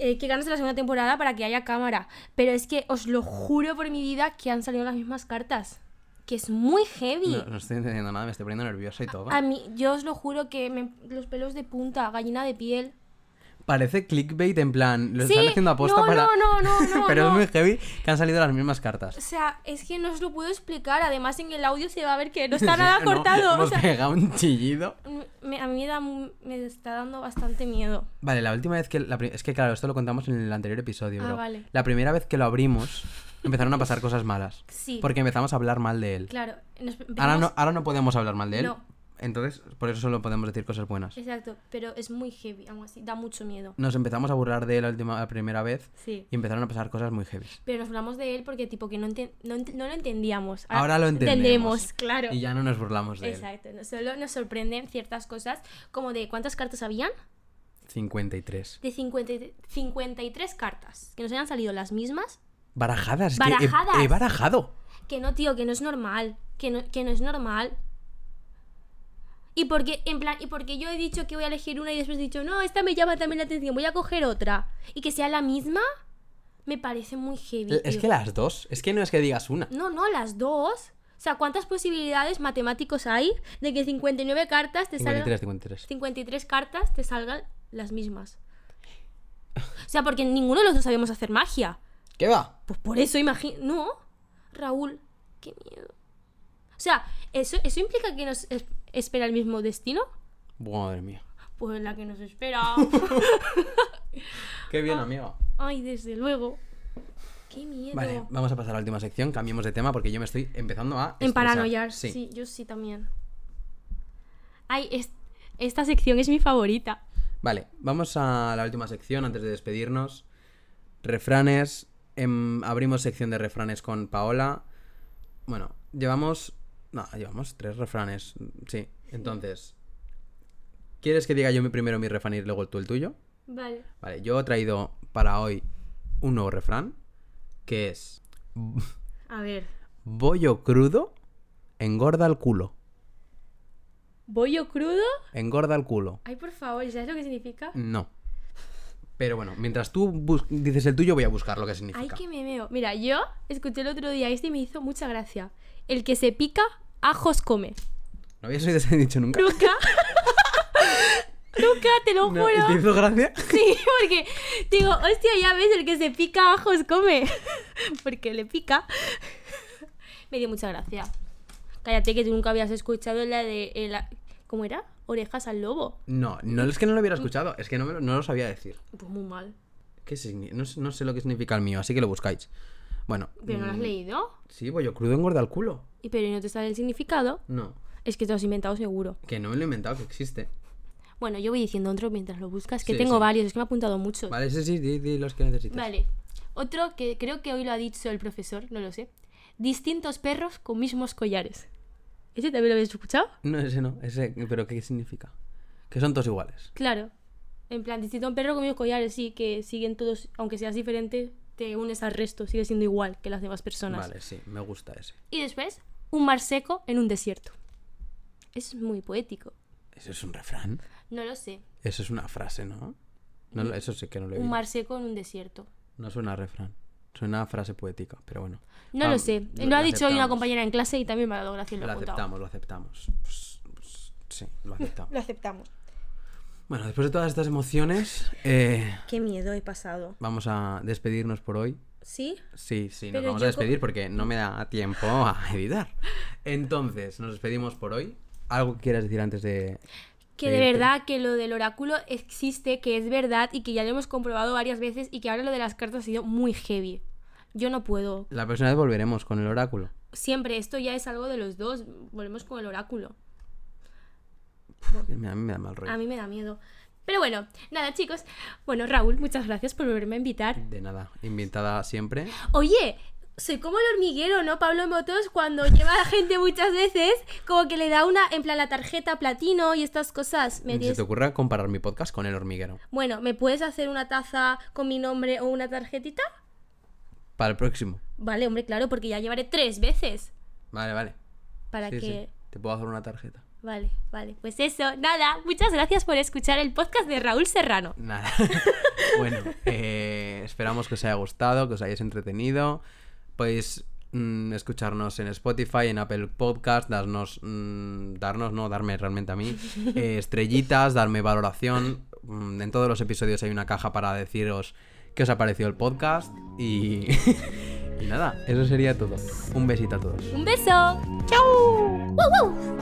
Speaker 2: eh, que ganas de la segunda temporada para que haya cámara. Pero es que os lo juro por mi vida que han salido las mismas cartas. Que es muy heavy.
Speaker 1: No, no estoy entendiendo nada, me estoy poniendo nerviosa y todo.
Speaker 2: A mí, yo os lo juro que me- los pelos de punta, gallina de piel.
Speaker 1: Parece clickbait en plan, lo
Speaker 2: Sí,
Speaker 1: están haciendo aposta
Speaker 2: no,
Speaker 1: para...
Speaker 2: no, no, no, no,
Speaker 1: Pero
Speaker 2: no.
Speaker 1: es muy heavy que han salido las mismas
Speaker 2: O
Speaker 1: cartas.
Speaker 2: sea, es que no os lo puedo explicar. Además, en el audio se va a ver que no está
Speaker 1: Sí,
Speaker 2: nada
Speaker 1: no,
Speaker 2: cortado. o
Speaker 1: hemos
Speaker 2: sea,
Speaker 1: pegado un chillido.
Speaker 2: me- a mí me, da, mu- me está dando bastante miedo.
Speaker 1: Vale, la última vez que... la pri- Es que claro, esto lo contamos en el anterior episodio,
Speaker 2: Ah,
Speaker 1: bro.
Speaker 2: vale.
Speaker 1: La primera vez que lo abrimos empezaron a pasar cosas malas.
Speaker 2: Sí.
Speaker 1: Porque empezamos a hablar mal de él.
Speaker 2: Claro. nos
Speaker 1: ahora,
Speaker 2: empezamos-
Speaker 1: no, ahora no podemos hablar mal de él.
Speaker 2: No.
Speaker 1: Entonces, por eso solo podemos decir cosas buenas.
Speaker 2: Exacto, pero es muy heavy, aún así, da mucho miedo.
Speaker 1: Nos empezamos a burlar de él la, última, la primera vez
Speaker 2: Sí.
Speaker 1: Mm. y empezaron a pasar cosas muy heavy.
Speaker 2: Pero nos hablamos de él porque tipo que no, enten- no, ent- no lo entendíamos. Ah,
Speaker 1: Ahora lo entendemos.
Speaker 2: claro.
Speaker 1: Y ya no nos burlamos de él.
Speaker 2: Exacto, no- solo nos sorprenden ciertas cosas, como de cuántas cartas habían,
Speaker 1: 53.
Speaker 2: de 50 y- 53 cartas, que nos hayan salido las mismas,
Speaker 1: Barajadas. es que he-
Speaker 2: Barajadas.
Speaker 1: he barajado.
Speaker 2: que no, tío, que no es normal, que no, que no es normal. Y porque, en plan, y porque yo he dicho que voy a elegir una y después he dicho, no, esta me llama también la atención, voy a coger otra. Y que sea la misma, me parece muy heavy.
Speaker 1: Es
Speaker 2: tío.
Speaker 1: que las dos. Es que no es que digas una.
Speaker 2: No, no, las dos. O sea, ¿cuántas posibilidades matemáticos hay de que 59 cartas te salgan...
Speaker 1: 53, 53.
Speaker 2: 53 cartas te salgan las mismas? O sea, porque ninguno de los dos sabemos hacer magia.
Speaker 1: ¿Qué va?
Speaker 2: Pues por eso imagino... No, Raúl, qué miedo. O sea, ¿eso, ¿eso implica que nos es- espera el mismo destino?
Speaker 1: Madre mía.
Speaker 2: Pues la que nos espera.
Speaker 1: Qué
Speaker 2: Ah,
Speaker 1: bien, amigo.
Speaker 2: Ay, desde luego. Qué miedo.
Speaker 1: Vale, vamos a pasar a la última sección. Cambiemos de tema porque yo me estoy empezando a.
Speaker 2: En
Speaker 1: estresar.
Speaker 2: paranoiar, sí. yo sí también. Ay, es- esta sección es mi favorita.
Speaker 1: Vale, vamos a la última sección antes de despedirnos. Refranes. Em, abrimos sección de refranes con Paola. Bueno, llevamos. No, llevamos tres refranes. Sí. Entonces. ¿Quieres que diga yo mi primero mi refrán y luego tú el tuyo?
Speaker 2: Vale.
Speaker 1: Vale, yo he traído para hoy un nuevo refrán que es
Speaker 2: A ver.
Speaker 1: bollo crudo engorda el culo.
Speaker 2: ¿Bollo crudo?
Speaker 1: Engorda el culo.
Speaker 2: Ay, por favor, ¿sabes lo que significa?
Speaker 1: No. Pero bueno, mientras tú bus- dices el tuyo voy a buscar lo que
Speaker 2: Ay,
Speaker 1: significa.
Speaker 2: que me veo. Mira, yo escuché el otro día este y me hizo mucha gracia. El que se pica, ajos come.
Speaker 1: No había oído ese dicho nunca.
Speaker 2: Nunca. Nunca, te lo
Speaker 1: No,
Speaker 2: juro.
Speaker 1: ¿Te hizo gracia?
Speaker 2: Sí, porque digo, hostia, ya ves, el que se pica, ajos come. Porque le pica. Me dio mucha gracia. Cállate que tú nunca habías escuchado la de... eh, la- ¿Cómo era? Orejas al lobo.
Speaker 1: No, no es que no lo hubiera escuchado, es que no, me lo, no lo sabía decir.
Speaker 2: Pues muy mal.
Speaker 1: ¿Qué signi- no, sé- no sé lo que significa el mío, así que lo buscáis. Bueno.
Speaker 2: ¿Pero no lo has
Speaker 1: mm,
Speaker 2: leído?
Speaker 1: Sí, bollo crudo engorda el culo.
Speaker 2: ¿Y pero no te sale el significado?
Speaker 1: No,
Speaker 2: Es que te lo has inventado seguro.
Speaker 1: que no me lo he inventado, que existe.
Speaker 2: Bueno, yo voy diciendo otro mientras lo buscas, que
Speaker 1: Sí,
Speaker 2: tengo
Speaker 1: sí.
Speaker 2: varios, es que me he apuntado muchos.
Speaker 1: Vale, sí, sí, di, di los que necesites.
Speaker 2: Vale. Otro que creo que hoy lo ha dicho el profesor, no lo sé. Distintos perros con mismos collares. ¿Ese también lo habéis escuchado?
Speaker 1: No, ese no, ese, pero ¿qué significa? Que son todos iguales.
Speaker 2: Claro. En plan, distinto a un perro con mismos collares, sí, que siguen todos, aunque seas diferente, te unes al resto, sigue siendo igual que las demás personas.
Speaker 1: Vale, sí, me gusta ese.
Speaker 2: Y después, un mar seco en un desierto. Es muy poético.
Speaker 1: ¿Eso es un refrán?
Speaker 2: No lo sé.
Speaker 1: Eso es una frase, ¿no? no lo- eso sí que no lo he
Speaker 2: Un
Speaker 1: oído.
Speaker 2: mar seco en un desierto.
Speaker 1: No suena a refrán. Suena a frase poética, pero bueno.
Speaker 2: No
Speaker 1: Ah,
Speaker 2: lo sé.
Speaker 1: lo-
Speaker 2: Lo,
Speaker 1: lo
Speaker 2: ha dicho hoy una
Speaker 1: aceptamos.
Speaker 2: compañera en clase y también me ha dado gracia y lo
Speaker 1: Lo
Speaker 2: he apuntado.
Speaker 1: aceptamos, lo aceptamos. Pues- pues sí, lo aceptamos.
Speaker 2: Lo aceptamos.
Speaker 1: Bueno, después de todas estas emociones, eh,
Speaker 2: Qué miedo he pasado.
Speaker 1: vamos a despedirnos por hoy.
Speaker 2: ¿Sí?
Speaker 1: Sí, sí, nos
Speaker 2: Pero
Speaker 1: vamos
Speaker 2: yo
Speaker 1: a
Speaker 2: co-
Speaker 1: despedir porque no me da tiempo a editar. Entonces, nos despedimos por hoy. ¿Algo que quieras decir antes de...?
Speaker 2: Que de
Speaker 1: Eh,
Speaker 2: verdad que lo del oráculo existe, que es verdad y que ya lo hemos comprobado varias veces y que ahora lo de las cartas ha sido muy heavy. Yo no puedo.
Speaker 1: La próxima vez volveremos con el oráculo.
Speaker 2: Siempre esto ya es algo de los dos. Volvemos con el oráculo.
Speaker 1: A mí me da mal rollo.
Speaker 2: A mí me da miedo. Pero bueno, nada chicos. Bueno, Raúl, muchas gracias por volverme a invitar.
Speaker 1: De nada, invitada siempre.
Speaker 2: Oye, soy como el hormiguero, ¿no? Pablo Motos cuando lleva a gente muchas veces, como que le da una, en plan la tarjeta platino y estas cosas. Me
Speaker 1: Ni se
Speaker 2: tienes-
Speaker 1: te ocurra comparar mi podcast con El Hormiguero.
Speaker 2: Bueno, ¿me puedes hacer una taza con mi nombre o una tarjetita?
Speaker 1: Para el próximo.
Speaker 2: Vale, hombre, claro, porque ya llevaré tres veces
Speaker 1: Vale, vale.
Speaker 2: para
Speaker 1: Sí, sí.
Speaker 2: que...
Speaker 1: Te puedo hacer una tarjeta.
Speaker 2: Vale, vale. Pues eso, nada. Muchas gracias por escuchar el podcast de Raúl Serrano.
Speaker 1: Nada. bueno, eh, esperamos que os haya gustado, que os hayáis entretenido. Podéis mm, escucharnos en Spotify, en Apple Podcast, darnos, mm, darnos, no, darme realmente a mí, eh, estrellitas, darme valoración. Mm, en todos los episodios hay una caja para deciros qué os ha parecido el podcast. Y, y nada, eso sería todo. Un besito
Speaker 2: Um
Speaker 1: a todos.
Speaker 2: Un beso. Chao. ¡Wow, wow!